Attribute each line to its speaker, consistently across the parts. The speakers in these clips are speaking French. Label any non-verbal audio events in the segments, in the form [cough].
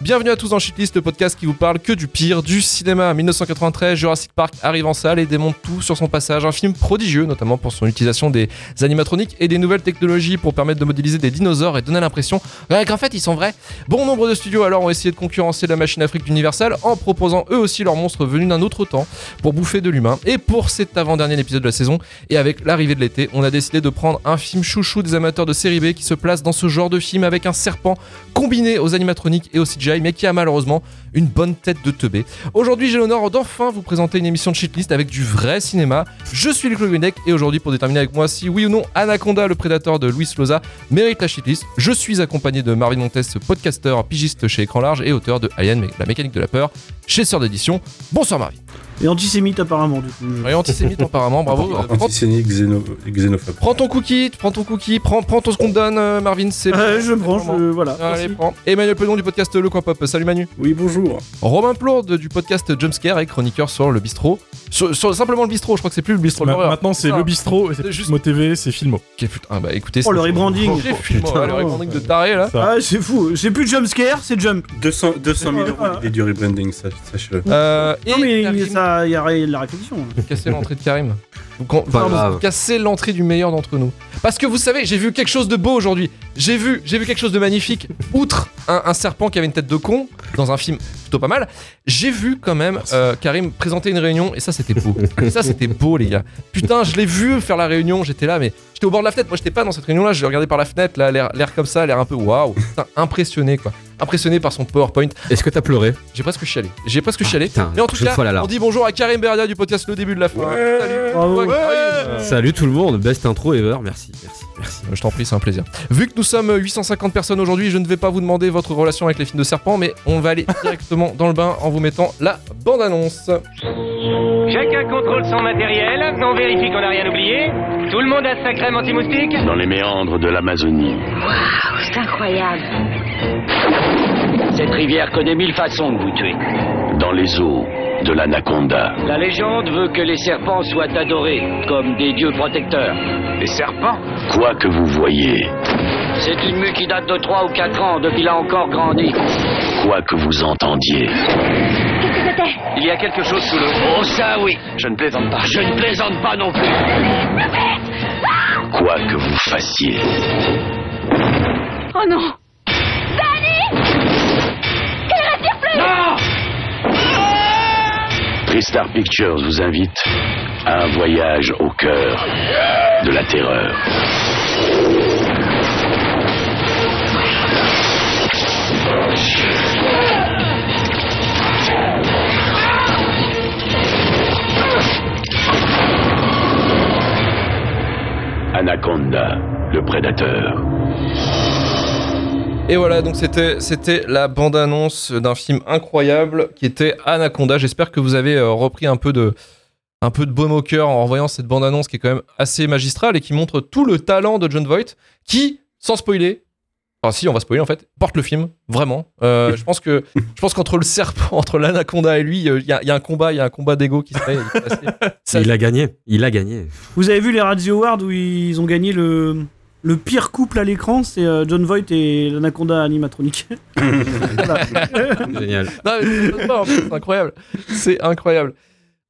Speaker 1: Bienvenue à tous dans Shitlist, le podcast qui vous parle que du pire du cinéma. 1993, Jurassic Park arrive en salle et démonte tout sur son passage. Un film prodigieux, notamment pour son utilisation des animatroniques et des nouvelles technologies pour permettre de modéliser des dinosaures et donner l'impression ouais, qu'en fait ils sont vrais. Bon nombre de studios alors ont essayé de concurrencer la machine Afrique d'Universal en proposant eux aussi leurs monstres venus d'un autre temps pour bouffer de l'humain. Et pour cet avant-dernier épisode de la saison, et avec l'arrivée de l'été, on a décidé de prendre un film chouchou des amateurs de série B qui se place dans ce genre de film avec un serpent combiné aux animatroniques et au CGI, mais qui a malheureusement une bonne tête de teubé. Aujourd'hui, j'ai l'honneur d'enfin vous présenter une émission de shitlist avec du vrai cinéma. Je suis Luc Le Guinec et aujourd'hui, pour déterminer avec moi si oui ou non Anaconda, le prédateur de Luis Loza, mérite la shitlist, je suis accompagné de Marvin Montes, podcasteur, pigiste chez Écran Large et auteur de Alien, la mécanique de la peur, chez Sœur d'édition. Bonsoir Marvin.
Speaker 2: Et antisémite apparemment du coup.
Speaker 1: Et antisémite apparemment, bravo. Euh, prends-
Speaker 3: Antisémite, xéno... xénophobe.
Speaker 1: Prends ton cookie, prends ton cookie, prends, prends tout ce qu'on te donne, euh, Marvin. C'est
Speaker 2: Euh, je prends,
Speaker 1: Vraiment.
Speaker 2: je, voilà.
Speaker 1: Allez,
Speaker 2: merci.
Speaker 1: prends. Emmanuel Pedon du podcast Le Coin Pop. Salut Manu.
Speaker 3: Oui, bonjour.
Speaker 1: Romain Plourde du podcast Jumpscare et chroniqueur sur le bistrot. Sur, sur- simplement le bistrot, je crois que c'est plus le bistrot. de
Speaker 4: Ma-
Speaker 1: l'horreur.
Speaker 4: maintenant, c'est
Speaker 1: ça.
Speaker 4: le bistrot et
Speaker 1: C'est
Speaker 4: c'est
Speaker 1: juste-
Speaker 4: juste Mo TV, c'est Filmo.
Speaker 1: Ok, putain, bah écoutez,
Speaker 2: Oh,
Speaker 1: c'est-
Speaker 2: le rebranding.
Speaker 1: J'ai filmé,
Speaker 4: putain.
Speaker 1: ouais, le rebranding de taré là.
Speaker 4: Ça.
Speaker 2: Ah, c'est fou, c'est plus jumpscare, c'est jump.
Speaker 3: 200, 200 000
Speaker 2: Ah.
Speaker 3: euros l'idée du rebranding, sach- sachez-le.
Speaker 1: Euh, et
Speaker 2: Non, mais il y a
Speaker 1: Karim,
Speaker 2: ça, il y a ré- la réflexion.
Speaker 1: casser l'entrée de Karim. Vous con-
Speaker 5: Pas
Speaker 1: pardon,
Speaker 5: grave.
Speaker 1: vous cassez l'entrée du meilleur d'entre nous. Parce que vous savez, j'ai vu quelque chose de beau aujourd'hui. J'ai vu, j'ai vu quelque chose de magnifique. Outre un, un serpent qui avait une tête de con dans un film plutôt pas mal, j'ai vu quand même euh, Karim présenter une réunion et ça c'était
Speaker 5: [laughs]
Speaker 1: beau. ça c'était beau les gars. Putain, je l'ai vu faire la réunion. J'étais là, mais j'étais au bord de la fenêtre. Moi j'étais pas dans cette réunion là. Je le regardais par la fenêtre là, l'air l'air comme ça, l'air un peu waouh. Putain, impressionné quoi. Impressionné par son PowerPoint.
Speaker 5: Est-ce que t'as pleuré
Speaker 1: J'ai presque chialé. J'ai presque chialé.
Speaker 5: Ah, Putain,
Speaker 1: Mais en tout
Speaker 5: prochaine
Speaker 1: cas,
Speaker 5: fois, là, là.
Speaker 1: on dit bonjour à Karim Beria du podcast Le Début de la Fin. Salut.
Speaker 2: Bravo.
Speaker 1: Ouais, Euh,
Speaker 5: Salut tout le monde, best intro ever, merci, merci, merci.
Speaker 1: Je t'en prie, c'est un plaisir. Vu que nous sommes 850 personnes aujourd'hui, je ne vais pas vous demander votre relation avec les films de serpent, mais on va aller [laughs] directement dans le bain en vous mettant la bande-annonce.
Speaker 6: Chacun contrôle son matériel, on vérifie qu'on n'a rien oublié. Tout le monde a sa crème anti-moustique
Speaker 7: dans les méandres de l'Amazonie.
Speaker 8: C'est incroyable.
Speaker 9: Cette rivière connaît mille façons de vous tuer.
Speaker 7: dans les eaux de l'anaconda.
Speaker 9: La légende veut que les serpents soient adorés comme des dieux protecteurs.
Speaker 7: Les serpents Quoi que vous voyez,
Speaker 9: C'est une mue qui date de 3 ou 4 ans depuis qu'il a encore grandi.
Speaker 7: quoi que vous entendiez,
Speaker 9: Il y a quelque chose sous l'eau. Oh ça oui Je ne plaisante pas. Je ne plaisante pas non plus
Speaker 7: quoi que vous fassiez,
Speaker 8: Oh non
Speaker 7: Tristar Pictures vous invite à un voyage au cœur de la terreur. Anaconda, le prédateur.
Speaker 1: Et voilà, donc c'était c'était la bande-annonce d'un film incroyable qui était Anaconda. J'espère que vous avez euh, repris un peu de un peu de baume au cœur en revoyant cette bande-annonce qui est quand même assez magistrale et qui montre tout le talent de John Voight qui, sans spoiler, enfin si on va spoiler en fait, porte le film vraiment. Euh, je pense que je pense qu'entre le serpent, [laughs] entre l'anaconda et lui, euh, il y, a- il y a un combat, il y a un combat d'ego qui se fait. il est assez- Ça-
Speaker 5: Il a gagné, il
Speaker 1: [laughs]
Speaker 5: a gagné.
Speaker 2: Vous avez vu les Radio Awards où ils ont gagné le, le pire couple à l'écran, c'est euh, John Voight et l'anaconda [laughs] animatronique.
Speaker 5: Génial.
Speaker 1: Non, mais c'est pas ça, en fait, c'est incroyable. C'est incroyable.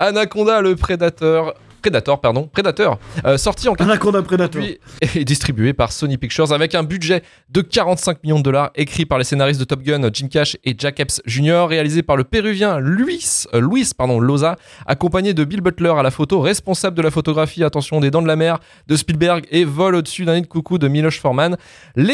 Speaker 1: Anaconda, le prédateur. Predator, pardon, Predator, euh, sorti en
Speaker 2: Anaconda Predator.
Speaker 1: Puis est distribué par Sony Pictures avec un budget de 45 millions de dollars, écrit par les scénaristes de Top Gun, Jim Cash et Jack Epps Jr., réalisé par le Péruvien Luis, euh, Luis pardon, Loza, accompagné de Bill Butler à la photo, responsable de la photographie, attention, des Dents de la Mer, de Spielberg et Vol au-dessus d'un nid de coucou de Miloš Forman.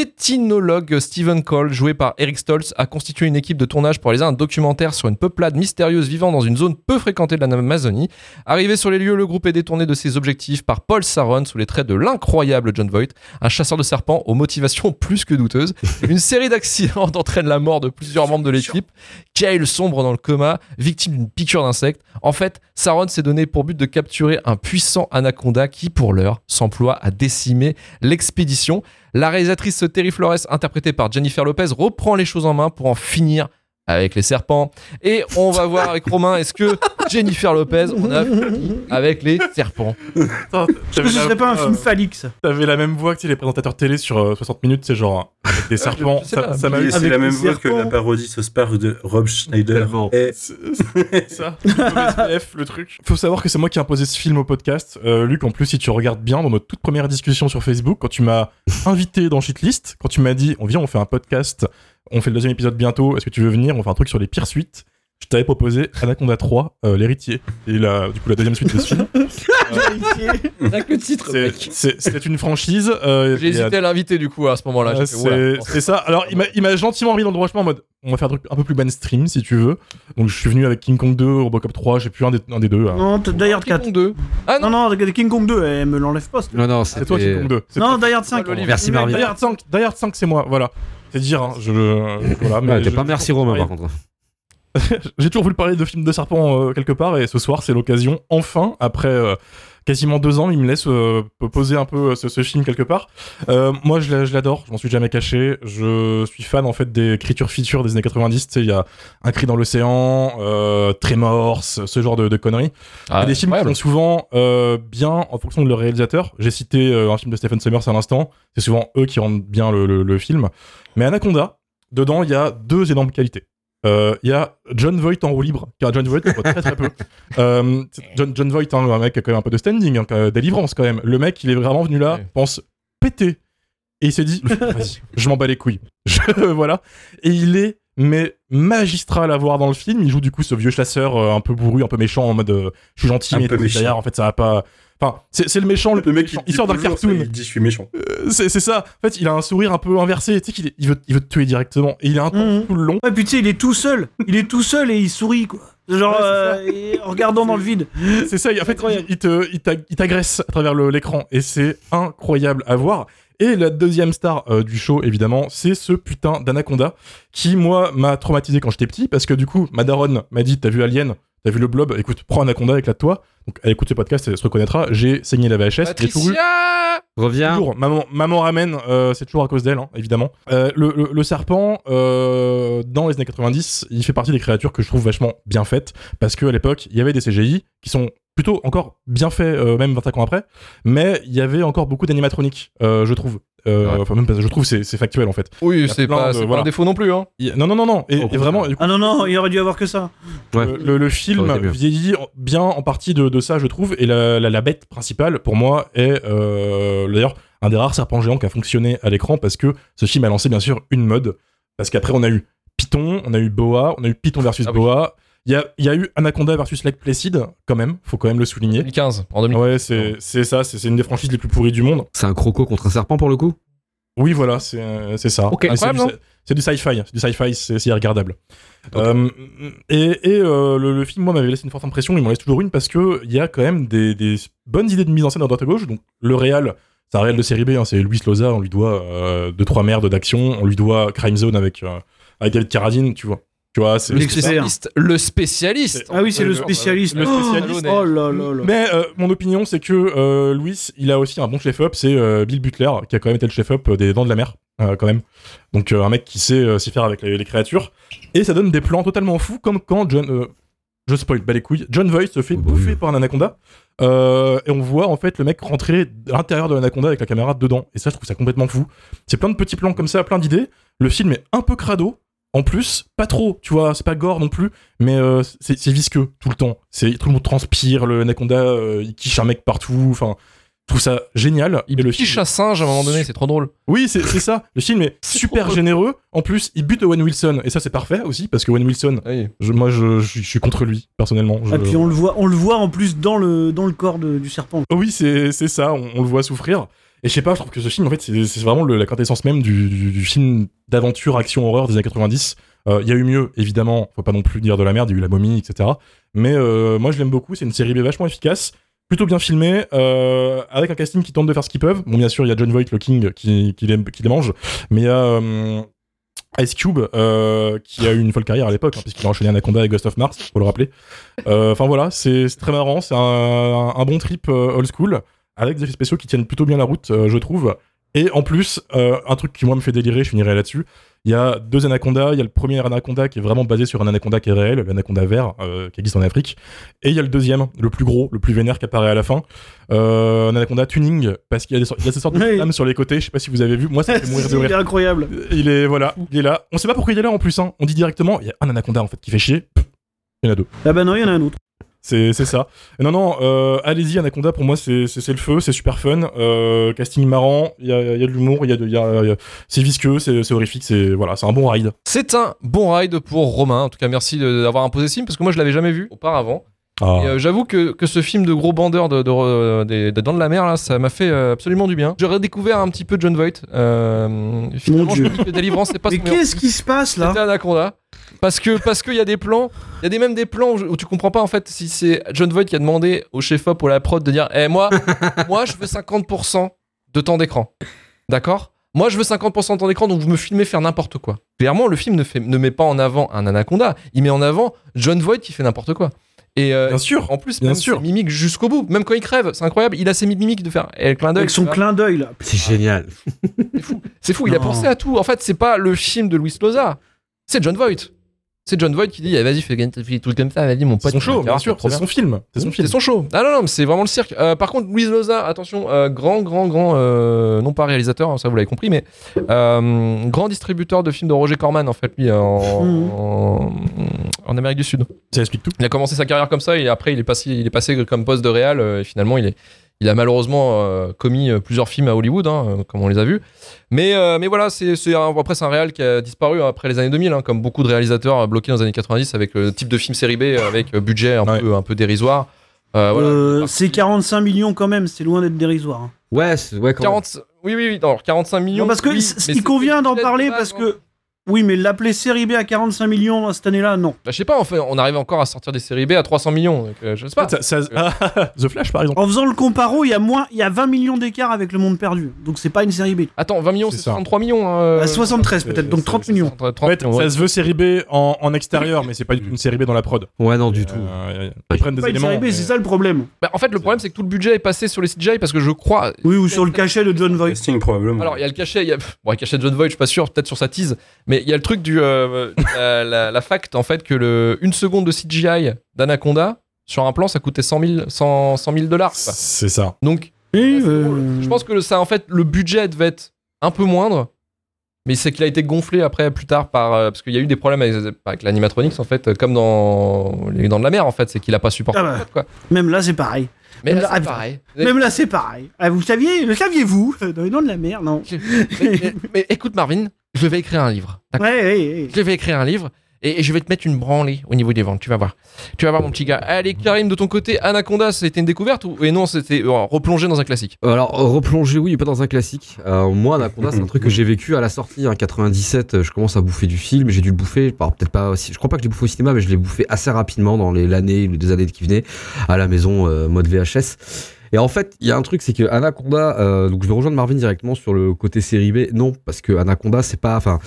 Speaker 1: L'éthinologue Stephen Cole, joué par Eric Stoltz, a constitué une équipe de tournage pour réaliser un documentaire sur une peuplade mystérieuse vivant dans une zone peu fréquentée de l'Amazonie. Arrivé sur les lieux, le groupe est détourné de ses objectifs par Paul Saron sous les traits de l'incroyable John Voight, un chasseur de serpents aux motivations [laughs] plus que douteuses. Une série d'accidents [laughs] entraîne la mort de plusieurs membres de l'équipe. Kyle sombre dans le coma, victime d'une piqûre d'insecte. En fait, Saron s'est donné pour but de capturer un puissant anaconda qui, pour l'heure, s'emploie à décimer l'expédition. La réalisatrice Terry Flores, interprétée par Jennifer Lopez, reprend les choses en main pour en finir avec les serpents. Et on va voir avec Romain, est-ce que Jennifer Lopez, on a fini avec les serpents.
Speaker 4: Putain,
Speaker 2: Est-ce que [laughs]
Speaker 4: t'avais
Speaker 2: ce
Speaker 4: la-
Speaker 2: serait pas un film
Speaker 4: euh,
Speaker 2: phallique, ça
Speaker 4: T'avais la même voix que tu sais, les présentateurs télé sur euh, 60 minutes, c'est genre hein, avec des serpents.
Speaker 1: [laughs] je sais
Speaker 4: ça
Speaker 1: pas,
Speaker 4: ça m'a
Speaker 3: Et
Speaker 4: eu.
Speaker 3: C'est
Speaker 2: avec
Speaker 3: la même
Speaker 2: les
Speaker 3: voix que la
Speaker 2: serpents.
Speaker 3: parodie South Park de Rob Schneider.
Speaker 5: Tellement.
Speaker 3: Et
Speaker 1: [laughs]
Speaker 4: C'est ça, mauvaise PF, le truc. Faut savoir que c'est moi qui ai imposé ce film au podcast. Euh, Luc, en plus, si tu regardes bien, dans notre toute première discussion sur Facebook, quand
Speaker 1: [laughs]
Speaker 4: tu m'as invité dans Shitlist, quand tu m'as dit, on vient, on fait un podcast, on fait le deuxième épisode bientôt, est-ce que tu veux venir, on fait un truc sur les pires suites je t'avais proposé Anaconda 3, euh, l'héritier, et la, du coup la deuxième suite de ce
Speaker 1: [laughs]
Speaker 4: film.
Speaker 5: T'as que le titre,
Speaker 4: C'est- C'est c'est une franchise. euh,
Speaker 1: J'ai
Speaker 4: et à-
Speaker 1: hésité à l'inviter du coup à ce moment-là.
Speaker 4: Euh,
Speaker 1: J'ai fait, oula.
Speaker 4: c'est c'est ça. Alors, il m'a- il m'a gentiment mis dans le droit chemin en mode on va faire un truc un peu plus mainstream si tu veux. Donc, je suis venu avec King Kong 2, Robocop 3, j'ai plus un des, un des deux. hein.
Speaker 2: [laughs] Non, t- Die Hard 4.
Speaker 1: King Kong 2. Ah non,
Speaker 2: Non, non, King Kong 2, elle me l'enlève pas. cette-
Speaker 5: Non, non,
Speaker 4: C'est toi King Kong 2. C'est-
Speaker 2: Non, Die Hard 5.
Speaker 1: Olivier.
Speaker 5: Merci, Marvin.
Speaker 4: Die Hard 5, Die Hard 5, c'est moi, voilà. C'est dire, hein, je le. Voilà, mais
Speaker 5: Ouais, t'es
Speaker 4: je-
Speaker 5: pas merci Romain par contre.
Speaker 4: J'ai toujours voulu parler de films de serpent euh, quelque part, et ce soir, c'est l'occasion, enfin, après euh, quasiment deux ans, il me laisse euh, poser un peu euh, ce, ce film quelque part. Euh, moi, je l'a- je l'adore, je m'en suis jamais caché. Je suis fan, en fait, des critures feature des années 90. Tu sais, il y a Un cri dans l'océan, euh, Tremors, ce ce genre de, de conneries. Il y a
Speaker 1: Ah,
Speaker 4: des films qui
Speaker 1: incroyable.
Speaker 4: sont souvent euh, bien en fonction de leur réalisateur. J'ai cité euh, un film de Stephen Sommers à l'instant. C'est souvent eux qui rendent bien le, le- le film. Mais Anaconda, dedans, il y a deux énormes qualités. Euh, Il y a John Voight en roue libre, car John Voight, on voit très très peu. Euh, c'est John, John Voight, hein, un mec qui a quand même un peu de standing, hein, euh, délivrance quand même. Le mec, il est vraiment venu là,
Speaker 1: Ouais.
Speaker 4: pense péter. Et il
Speaker 3: [laughs]
Speaker 4: s'est dit, vas-y, [laughs] je m'en bats les couilles. Je- voilà. Et il est, mais magistral à voir dans le film. Il joue du coup ce vieux chasseur euh, un peu bourru, un peu méchant, en mode euh, je suis gentil,
Speaker 3: Un
Speaker 4: mais
Speaker 3: peu méchant.
Speaker 4: derrière, en fait, ça va pas. Enfin, c'est c'est le méchant, le,
Speaker 3: le mec, il,
Speaker 4: il, sort d'un
Speaker 3: dit toujours ça,
Speaker 4: cartoon.
Speaker 3: Il dit, je suis méchant.
Speaker 4: Euh, C'est c'est ça. En fait, il a un sourire un peu inversé. Tu sais qu'il est- il veut, il veut te tuer directement. Et il a un ton
Speaker 3: Mmh.
Speaker 2: Mhm.
Speaker 4: tout le long.
Speaker 2: Ouais, puis tu sais, il est tout seul. Il est tout seul et il sourit, quoi. Genre,
Speaker 4: Ouais, c'est
Speaker 2: euh, et- en regardant dans le vide.
Speaker 4: C'est ça, en fait, il, il te- il t'ag- il t'agresse à travers le- l'écran et c'est incroyable à voir. Et la deuxième star euh, du show, évidemment, c'est ce putain d'Anaconda qui, moi, m'a traumatisé quand j'étais petit parce que du coup, ma daronne m'a dit T'as vu Alien T'as vu le blob Écoute, prends Anaconda, éclate-toi. Donc, elle écoute ce podcast, elle se reconnaîtra. J'ai saigné la VHS, j'ai tout eu.
Speaker 1: Patricia
Speaker 5: Reviens.
Speaker 4: Toujours. Maman, maman ramène, euh, c'est toujours à cause d'elle, hein, évidemment. Euh, le, le- le serpent, euh, dans les années 90, il fait partie des créatures que je trouve vachement bien faites, parce qu'à l'époque, il y avait des CGI qui sont plutôt encore bien faits, euh, même 25 ans après, mais il y avait encore beaucoup d'animatroniques, euh, je trouve. Euh,
Speaker 1: Ouais.
Speaker 4: Enfin, même pas, je trouve, c'est c'est factuel en fait.
Speaker 1: Oui,
Speaker 4: y a
Speaker 1: c'est
Speaker 4: plein
Speaker 1: pas,
Speaker 4: de-
Speaker 1: c'est pas
Speaker 4: voilà.
Speaker 1: un défaut non plus. Hein.
Speaker 4: Il- Non, non, non, non. Et, et
Speaker 5: contraire.
Speaker 4: vraiment, du coup,
Speaker 2: Ah non, non, il aurait dû avoir que ça.
Speaker 4: Euh,
Speaker 5: Ouais.
Speaker 1: euh,
Speaker 4: le, le- le film
Speaker 5: aurait été mieux.
Speaker 4: vieillit en- bien en partie de, de ça, je trouve, et la, la- la bête principale, pour moi, est euh, d'ailleurs un des rares serpents géants qui a fonctionné à l'écran parce que ce film a lancé bien sûr une mode. Parce qu'après, on a eu Python, on a eu Boa, on a eu Python versus
Speaker 1: Ah oui.
Speaker 4: Boa. Il y a, il y a eu Anaconda versus Lake Placid, quand même, faut quand même le souligner.
Speaker 1: 2015, en 2015.
Speaker 4: Ouais, c'est c'est ça, c'est c'est une des franchises les plus pourries du monde.
Speaker 5: C'est un croco contre un serpent pour le coup
Speaker 4: Oui, voilà, c'est euh, c'est ça.
Speaker 1: Ok,
Speaker 4: Et c'est
Speaker 1: incroyable,
Speaker 4: du-
Speaker 1: non
Speaker 4: c'est- c'est du sci-fi, c'est du sci-fi, c'est c'est regardable. Euh, et et, euh, le, le film, moi, m'avait laissé une forte impression, il m'en laisse toujours une, parce que il y a quand même des, des bonnes idées de mise en scène à droite à gauche. Donc, le réal, c'est un réal de série B, hein, c'est Luis Loza, on lui doit euh, deux, trois merdes d'action, on lui doit Crime Zone avec, euh, avec David Carradine, tu vois. Tu vois, Ah c'est...
Speaker 1: Le
Speaker 2: c'est ça.
Speaker 1: spécialiste. Le spécialiste.
Speaker 2: Ah oui, c'est le spécialiste.
Speaker 4: Le
Speaker 1: spécialiste.
Speaker 2: Oh là là là.
Speaker 4: Mais euh, mon opinion, c'est que euh, Louis, il a aussi un bon chef-up, c'est euh, Bill Butler, qui a quand même été le chef-up des Dents de la Mer, euh, quand même. Donc euh, un mec qui sait euh, s'y faire avec les, les créatures. Et ça donne des plans totalement fous, comme quand John... euh, je spoil, bah les couilles. John Voight se fait
Speaker 5: Oh bah
Speaker 4: bouffer
Speaker 5: oui.
Speaker 4: par un anaconda. euh, et on voit en fait le mec rentrer à l'intérieur de l'anaconda avec la caméra dedans. Et ça, je trouve ça complètement fou. C'est plein de petits plans comme ça, plein d'idées. Le film est un peu crado. En plus, pas trop, tu vois, c'est pas gore non plus, mais euh, c'est c'est visqueux tout le temps. C'est tout le monde transpire, le anaconda euh, il quiche un mec partout. Enfin, je trouve ça génial. Et
Speaker 1: Il
Speaker 4: le
Speaker 1: fiche
Speaker 4: film-
Speaker 1: un singe à un moment donné, c'est trop drôle.
Speaker 4: oui, c'est c'est ça. Le film est
Speaker 1: [laughs] C'est
Speaker 4: super
Speaker 1: trop-
Speaker 4: généreux. En plus, il bute Owen Wilson, et ça c'est parfait aussi parce que Owen Wilson, je- moi je, je suis contre lui personnellement. Je-
Speaker 2: Ah, puis on le voit, on le voit en plus dans le dans le corps de- du serpent.
Speaker 4: Oh Oui, c'est c'est ça, on, on le voit souffrir. Et je sais pas, je trouve que ce film, en fait, c'est c'est vraiment le- la quintessence même du, du- du film d'aventure, action, horreur des années 90. Euh, Il y a eu mieux, évidemment, faut pas non plus dire de la merde, il y a eu La Momie, etc. Mais euh, moi, je l'aime beaucoup, c'est une série B vachement efficace, plutôt bien filmée, euh, avec un casting qui tente de faire ce qu'ils peuvent. Bon, bien sûr, il y a John Voight, le King, qui, qui, les, qui les mange, mais il y a euh, Ice Cube, euh, qui a eu une folle carrière à l'époque, hein, puisqu'il a enchaîné Anaconda et Ghost of Mars, faut le rappeler. Euh, Enfin voilà, c'est c'est très marrant, c'est un, un bon trip euh, old school, avec des effets spéciaux qui tiennent plutôt bien la route, euh, je trouve. Et en plus, euh, un truc qui moi me fait délirer, je finirai là-dessus. Il y a deux anacondas. Il y a le premier anaconda qui est vraiment basé sur un anaconda qui est réel, l'anaconda vert euh, qui existe en Afrique. Et il y a le deuxième, le plus gros, le plus vénère qui apparaît à la fin, euh, un anaconda tuning parce qu'il y a des sortes, il y a ces sortes de
Speaker 2: Oui.
Speaker 4: flammes sur les côtés. Je sais pas si vous avez vu.
Speaker 2: [laughs]
Speaker 4: Moi, ça me fait mourir de
Speaker 2: C'est
Speaker 4: rire.
Speaker 2: incroyable.
Speaker 4: Il est voilà, il est là. On sait pas pourquoi il est là en plus. hein. On dit directement, il y a un anaconda en fait qui fait chier. Pff, Il y en a deux.
Speaker 2: Ah bah non, il y en a un autre.
Speaker 4: C'est c'est ça. Non, non, euh, allez-y, Anaconda, pour moi, c'est c'est- c'est le feu, c'est super fun. Euh, casting marrant, il y a, il y a de l'humour, il y a de- il y a- il y a- c'est visqueux, c'est c'est horrifique, c'est voilà, c'est un bon ride.
Speaker 1: C'est un bon ride pour Romain. En tout cas, merci de- d'avoir imposé ce film parce que moi, je l'avais jamais vu auparavant.
Speaker 4: Ah.
Speaker 1: Et, euh, J'avoue que, que ce film de gros bandeur de, de- des- des Dents de la Mer, là, ça m'a fait euh, absolument du bien. J'ai redécouvert un petit peu John Voight. Euh, finalement,
Speaker 2: Mon
Speaker 1: je
Speaker 2: Dieu.
Speaker 1: me dis que Délivrance, c'est pas
Speaker 2: Mais
Speaker 1: son meilleur
Speaker 2: qu'est-ce qui se passe là
Speaker 4: Hein
Speaker 1: C'était Anaconda. Parce que parce qu'il y a des plans, il y a des même des plans où, où tu comprends pas en fait si c'est John Voight qui a demandé au chef op ou à la prod de dire "Eh
Speaker 4: [laughs]
Speaker 1: moi moi je veux 50 de temps d'écran." D'accord Moi je veux 50 de temps d'écran donc vous me filmez faire n'importe quoi. Clairement le film ne fait ne met pas en avant un Anaconda, il met en avant John Voight qui fait n'importe quoi. Et euh,
Speaker 4: Bien sûr.
Speaker 1: en plus,
Speaker 4: bien
Speaker 1: même
Speaker 4: sûr.
Speaker 1: ses mimiques jusqu'au bout, même quand il crève, c'est incroyable. Il a ses mimiques de faire et le clin d'œil. euh,
Speaker 2: Avec son
Speaker 1: tu vois.
Speaker 2: clin d'œil là.
Speaker 5: C'est
Speaker 1: Ah.
Speaker 5: génial.
Speaker 1: C'est fou, il a
Speaker 2: Non.
Speaker 1: pensé à tout. En fait, c'est pas le film de Louis Loza, c'est John Voight. C'est John Voight qui dit eh, vas-y, fais fais tout comme ça, vas-y, mon
Speaker 4: C'est
Speaker 1: pote.
Speaker 4: son show,
Speaker 1: tu vas
Speaker 4: bien
Speaker 1: voir,
Speaker 4: sûr,
Speaker 1: trop
Speaker 4: c'est son film, c'est son film.
Speaker 1: C'est son show. Ah non, non, mais c'est vraiment le cirque. Euh, par contre, Louis Loza, attention, euh, grand, grand, grand, euh, non pas réalisateur, hein, ça vous l'avez compris, mais euh, grand distributeur de films de Roger Corman, en fait, lui, en,
Speaker 2: Mhm.
Speaker 1: en, en Amérique du Sud.
Speaker 4: Ça explique tout.
Speaker 1: Il a commencé sa carrière comme ça et après il est passé, il est passé comme poste de réal euh, et finalement il est il a malheureusement euh, commis euh, plusieurs films à Hollywood, hein, euh, comme on les a vus. Mais, euh, mais voilà, c'est c'est un- après, c'est un réal qui a disparu hein, après les années 2000, hein, comme beaucoup de réalisateurs euh, bloqués dans les années 90 avec le type de film série B, euh, avec euh, budget un,
Speaker 4: Ouais.
Speaker 1: peu, un peu dérisoire. Euh,
Speaker 4: Ah,
Speaker 1: voilà.
Speaker 2: Euh, c'est 45 millions quand même, c'est loin d'être dérisoire. hein.
Speaker 5: Ouais, c'est- ouais, quand même.
Speaker 1: 40, oui, oui, oui, alors 45 millions.
Speaker 2: Non, parce que
Speaker 1: oui,
Speaker 2: c-
Speaker 1: mais
Speaker 2: il
Speaker 1: c'est-
Speaker 2: convient
Speaker 1: c'est
Speaker 2: d'en
Speaker 1: budget de
Speaker 2: parler
Speaker 1: base,
Speaker 2: parce
Speaker 1: hein.
Speaker 2: que. Oui, mais l'appeler série B à 45 millions euh, cette année-là, non.
Speaker 1: Bah, je sais pas, en fait, on arrive encore à sortir des séries B à 300 millions. donc, euh, je sais pas.
Speaker 4: Ça- ça- ah, [laughs] The Flash, par exemple.
Speaker 2: En faisant le comparo, il y a moins, il y a 20 millions d'écart avec le monde perdu. Donc c'est pas une série B.
Speaker 1: Attends, 20 millions,
Speaker 4: C'est
Speaker 1: c'est
Speaker 4: ça.
Speaker 1: 63 millions. hein,
Speaker 2: À 73 peut-être, donc
Speaker 4: c'est-
Speaker 2: 30
Speaker 4: c'est
Speaker 2: millions.
Speaker 1: 30,
Speaker 4: En fait,
Speaker 1: millions, ouais.
Speaker 4: ça se veut série B en, en extérieur, mais c'est pas du tout une série B dans la prod.
Speaker 5: Ouais, non,
Speaker 4: Euh,
Speaker 5: du tout.
Speaker 4: ils prennent des
Speaker 2: Pas une
Speaker 4: éléments.
Speaker 2: série B,
Speaker 4: mais-
Speaker 2: c'est ça le problème.
Speaker 1: Bah, en fait, le problème, c'est que tout le budget est passé sur les CGI parce que je crois.
Speaker 2: Oui, ou sur le cachet de John Voight.
Speaker 3: Casting, probablement.
Speaker 1: Alors, il y a le cachet, il y a... Bon, le cachet de John Voight, je suis pas sûr, peut-être sur sa tease, mais il y a le truc du. euh, euh, la, la fact, en fait, que le, une seconde de CGI d'Anaconda, sur un plan, ça coûtait 100 000, 100 100 000 dollars. quoi.
Speaker 4: C'est ça.
Speaker 1: Donc,
Speaker 2: Oui, euh,
Speaker 1: je pense que ça, en fait, le budget devait être un peu moindre, mais c'est qu'il a été gonflé après, plus tard, par. euh, parce qu'il y a eu des problèmes avec, avec l'animatronics, en fait, euh, comme dans Les Dents de la Mer, en fait, c'est qu'il a pas supporté.
Speaker 2: Ah bah. Euh, ah,
Speaker 1: quoi.
Speaker 2: Même là, c'est pareil.
Speaker 1: Mais
Speaker 2: Même
Speaker 1: là,
Speaker 2: là-
Speaker 1: c'est pareil.
Speaker 2: Même là, c'est pareil. Ah, vous saviez, le saviez-vous [laughs] euh, Dans les noms de la mer, non
Speaker 1: Mais- mais- mais écoute, Marvin, je vais écrire un livre. d'accord
Speaker 2: Ouais, ouais, ouais.
Speaker 1: je vais écrire un livre et et je vais te mettre une branlée au niveau des ventes. Tu vas voir. Tu vas voir, mon petit gars. Allez, Karim, de ton côté, Anaconda, c'était une découverte ou... Et non, c'était euh, replonger dans un classique.
Speaker 5: Euh, Alors, replonger, oui, mais pas dans un classique. Euh, moi, Anaconda, c'est un truc que j'ai vécu à la sortie, en 97. euh, Je commence à bouffer du film, j'ai dû le bouffer. alors, peut-être pas aussi. Je crois pas que je l'ai bouffé au cinéma, mais je l'ai bouffé assez rapidement dans les- l'année ou des années qui venaient, à la maison, euh, mode VHS. Et en fait, il y a un truc, c'est que Anaconda, euh, donc je vais rejoindre Marvin directement sur le côté série B. Non, parce que Anaconda, c'est pas, enfin,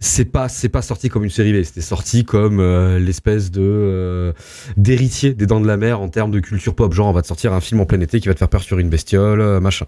Speaker 5: c'est pas, c'est pas sorti comme une série B. C'était sorti comme euh, l'espèce de euh, d'héritier des Dents de la Mer en termes de culture pop. Genre, on va te sortir un film en plein été qui va te faire peur sur une bestiole, euh, machin.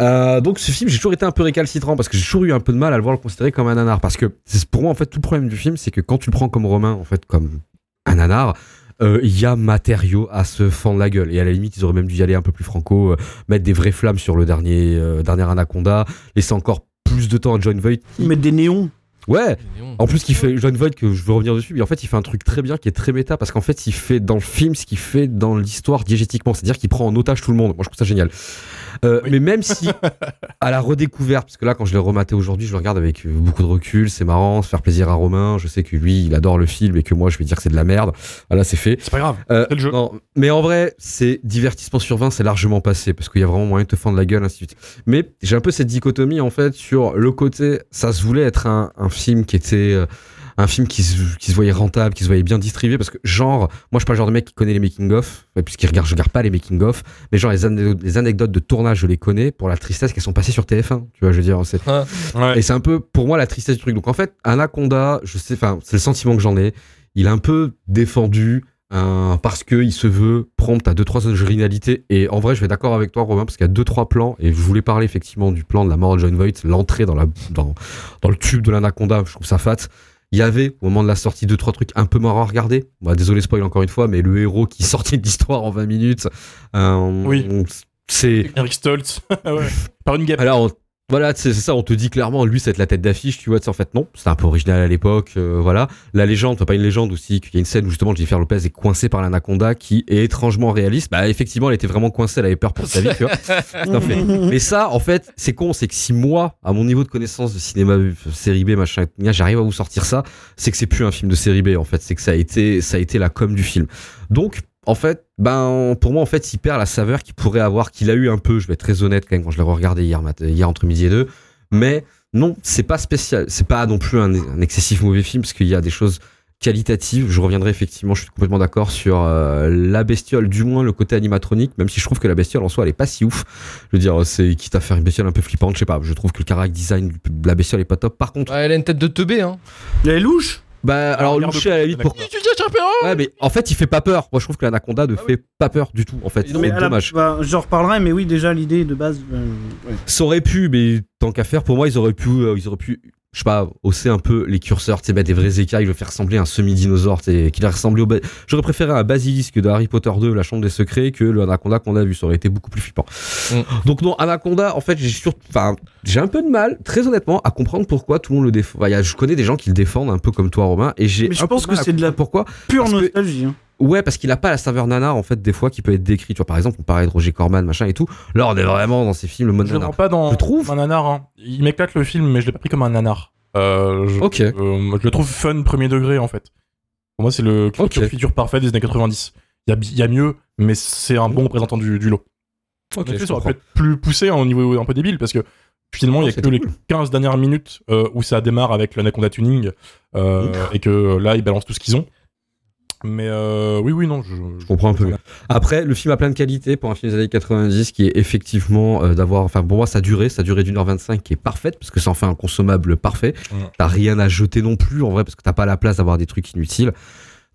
Speaker 5: Euh, donc ce film, j'ai toujours été un peu récalcitrant parce que j'ai toujours eu un peu de mal à le voir le considérer comme un nanar. Parce que c'est- pour moi, en fait, tout le problème du film, c'est que quand tu le prends comme Romain, en fait, comme un nanar, euh, il y a matériau à se fendre la gueule. Et à la limite, ils auraient même dû y aller un peu plus franco, euh, mettre des vraies flammes sur le dernier, euh, dernier Anaconda, laisser encore plus de temps à John Voight.
Speaker 2: Ils mettent des néons.
Speaker 5: Ouais,
Speaker 1: Mignon.
Speaker 5: en plus, qu'il fait John Voight, que je veux revenir dessus, mais en fait, il fait un truc très bien qui est très méta parce qu'en fait, il fait dans le film ce qu'il fait dans l'histoire diégétiquement, c'est-à-dire qu'il prend en otage tout le monde. Moi, je trouve ça génial. Euh, Mais même si, à la redécouverte, parce que là, quand je l'ai rematé aujourd'hui, je le regarde avec euh, beaucoup de recul, c'est marrant, se faire plaisir à Romain. Je sais que lui, il adore le film et que moi, je vais dire que c'est de la merde. Voilà, c'est fait.
Speaker 4: C'est pas grave.
Speaker 5: Euh,
Speaker 4: C'est le jeu.
Speaker 5: non, mais en vrai, c'est divertissement sur 20, c'est largement passé parce qu'il y a vraiment moyen de te fendre la gueule, ainsi de suite. Mais j'ai un peu cette dichotomie en fait sur le côté, ça se voulait être un, un film qui était. euh, un film qui se, qui se voyait rentable, qui se voyait bien distribué, parce que genre, moi je suis pas le genre de mec qui connaît les making-of, ouais, puisqu'il regarde, je regarde pas les making-of, mais genre les, ane- les anecdotes de tournage, je les connais pour la tristesse qu'elles sont passées sur TF1, tu vois, je veux dire, c'est
Speaker 4: Ouais.
Speaker 5: et c'est un peu pour moi la tristesse du truc. Donc en fait, Anaconda, je sais, enfin, c'est le sentiment que j'en ai. Il a un peu défendu euh, parce qu'il se veut prompt à 2-3 originalités. Et en vrai, je vais d'accord avec toi, Romain, parce qu'il y a 2-3 plans, et je voulais parler effectivement du plan de la mort de John Voight, l'entrée dans, la, dans, dans le tube de l'anaconda, je trouve ça fat. Il y avait, au moment de la sortie, deux trois trucs un peu marrants à regarder. Bah, désolé, spoil encore une fois, mais le héros qui [laughs] sortit de l'histoire en 20 minutes. euh,
Speaker 4: Oui.
Speaker 5: C'est.
Speaker 4: Eric Stoltz. [laughs] Ouais. Par une guêpe.
Speaker 5: Alors, on- voilà, c'est c'est ça, on te dit clairement, lui, c'est la tête d'affiche, tu vois, tu sais, en fait, non, c'était un peu original à l'époque, euh, voilà. La légende, enfin, pas une légende aussi, qu'il y a une scène où justement Jennifer Lopez est coincée par l'anaconda qui est étrangement réaliste. Bah, effectivement, elle était vraiment coincée, elle avait peur pour sa vie, tu vois. Tout à fait.
Speaker 2: Mhm.
Speaker 5: Mais ça, en fait, c'est con, c'est que si moi, à mon niveau de connaissance de cinéma euh, série B, machin, gna, j'arrive à vous sortir ça, c'est que c'est plus un film de série B, en fait, c'est que ça a été, ça a été la com du film. Donc, en fait, ben, pour moi, en fait, il perd la saveur qu'il pourrait avoir, qu'il a eu un peu, je vais être très honnête quand même, quand je l'ai regardé hier, mat- hier entre midi et deux, mais non, c'est pas spécial, c'est pas non plus un, un excessif mauvais film, parce qu'il y a des choses qualitatives, je reviendrai effectivement, je suis complètement d'accord sur euh, la bestiole, du moins le côté animatronique, même si je trouve que la bestiole en soi, elle est pas si ouf, je veux dire, c'est quitte à faire une bestiole un peu flippante, je sais pas, je trouve que le caractère design du- de la bestiole est pas top, par contre,
Speaker 1: Ouais, elle a une tête de teubé, hein.
Speaker 2: [laughs] Les louches
Speaker 5: bah, alors,
Speaker 4: regarde
Speaker 5: Luché, à la
Speaker 4: le-
Speaker 5: limite, pour-
Speaker 1: Tu tiens,
Speaker 5: Ouais, mais en fait, il fait pas peur. Moi, je trouve que l'anaconda ne fait pas peur du tout, en fait.
Speaker 2: Non, mais
Speaker 5: C'est
Speaker 2: à la-
Speaker 5: dommage.
Speaker 2: bah, J'en reparlerai, mais oui, déjà l'idée de base. euh, ouais.
Speaker 5: Ça aurait pu, mais tant qu'à faire, pour moi, ils auraient pu, euh, ils auraient pu, je sais pas, hausser un peu les curseurs, tu sais, mettre des vrais écailles, le faire ressembler à un semi-dinosaure, tu sais, qu'il a ressemblé au. ba- J'aurais préféré un basilisque de Harry Potter 2, la chambre des secrets, que le anaconda qu'on a vu. Ça aurait été beaucoup plus flippant.
Speaker 1: Mm.
Speaker 5: Donc, non, anaconda, en fait, j'ai sur... enfin, j'ai un peu de mal, très honnêtement, à comprendre pourquoi tout le monde le défend. Enfin, il y a- je connais des gens qui le défendent un peu comme toi, Romain, et j'ai.
Speaker 2: Mais je
Speaker 5: un peu
Speaker 2: pense que
Speaker 5: mal à
Speaker 2: c'est de la-
Speaker 5: comprendre Pourquoi
Speaker 2: Pure
Speaker 5: Parce que-
Speaker 2: nostalgie. hein.
Speaker 5: Ouais, parce qu'il a pas la saveur nana en fait des fois qui peut être décrit. Tu vois, par exemple, on parlait de Roger Corman, machin et tout. Là, on est vraiment dans ces films le mode
Speaker 4: Je le
Speaker 5: nana.
Speaker 4: prends pas dans
Speaker 5: Je trouve.
Speaker 4: un nanar. hein. Il m'éclate le film, mais je l'ai pas pris comme un nanar. Euh, je,
Speaker 5: Ok.
Speaker 4: euh, moi, je le trouve fun premier degré en fait. Pour moi, c'est le
Speaker 5: Ok.
Speaker 4: okay. figure parfait des années 90. Il y a, bi- il y a mieux, mais c'est un bon représentant du, du lot.
Speaker 5: Ok,
Speaker 4: En effet,
Speaker 5: je
Speaker 4: ça aurait
Speaker 5: comprends.
Speaker 4: pu être plus poussé hein, au niveau un peu débile parce que finalement, il y
Speaker 5: Oh,
Speaker 4: a que
Speaker 5: c'était
Speaker 4: les 15 dernières minutes euh, où ça démarre avec l'anaconda tuning euh, et que là, ils balancent tout ce qu'ils ont. Mais euh, oui, oui, non, je,
Speaker 5: Je comprends un peu mieux. Après, le film a plein de qualités pour un film des années 90 qui est effectivement euh, d'avoir, enfin pour moi, sa durée, sa durée d'une heure 25 qui est parfaite parce que c'est enfin un consommable parfait.
Speaker 4: Mm.
Speaker 5: T'as rien à jeter non plus en vrai parce que t'as pas la place d'avoir des trucs inutiles.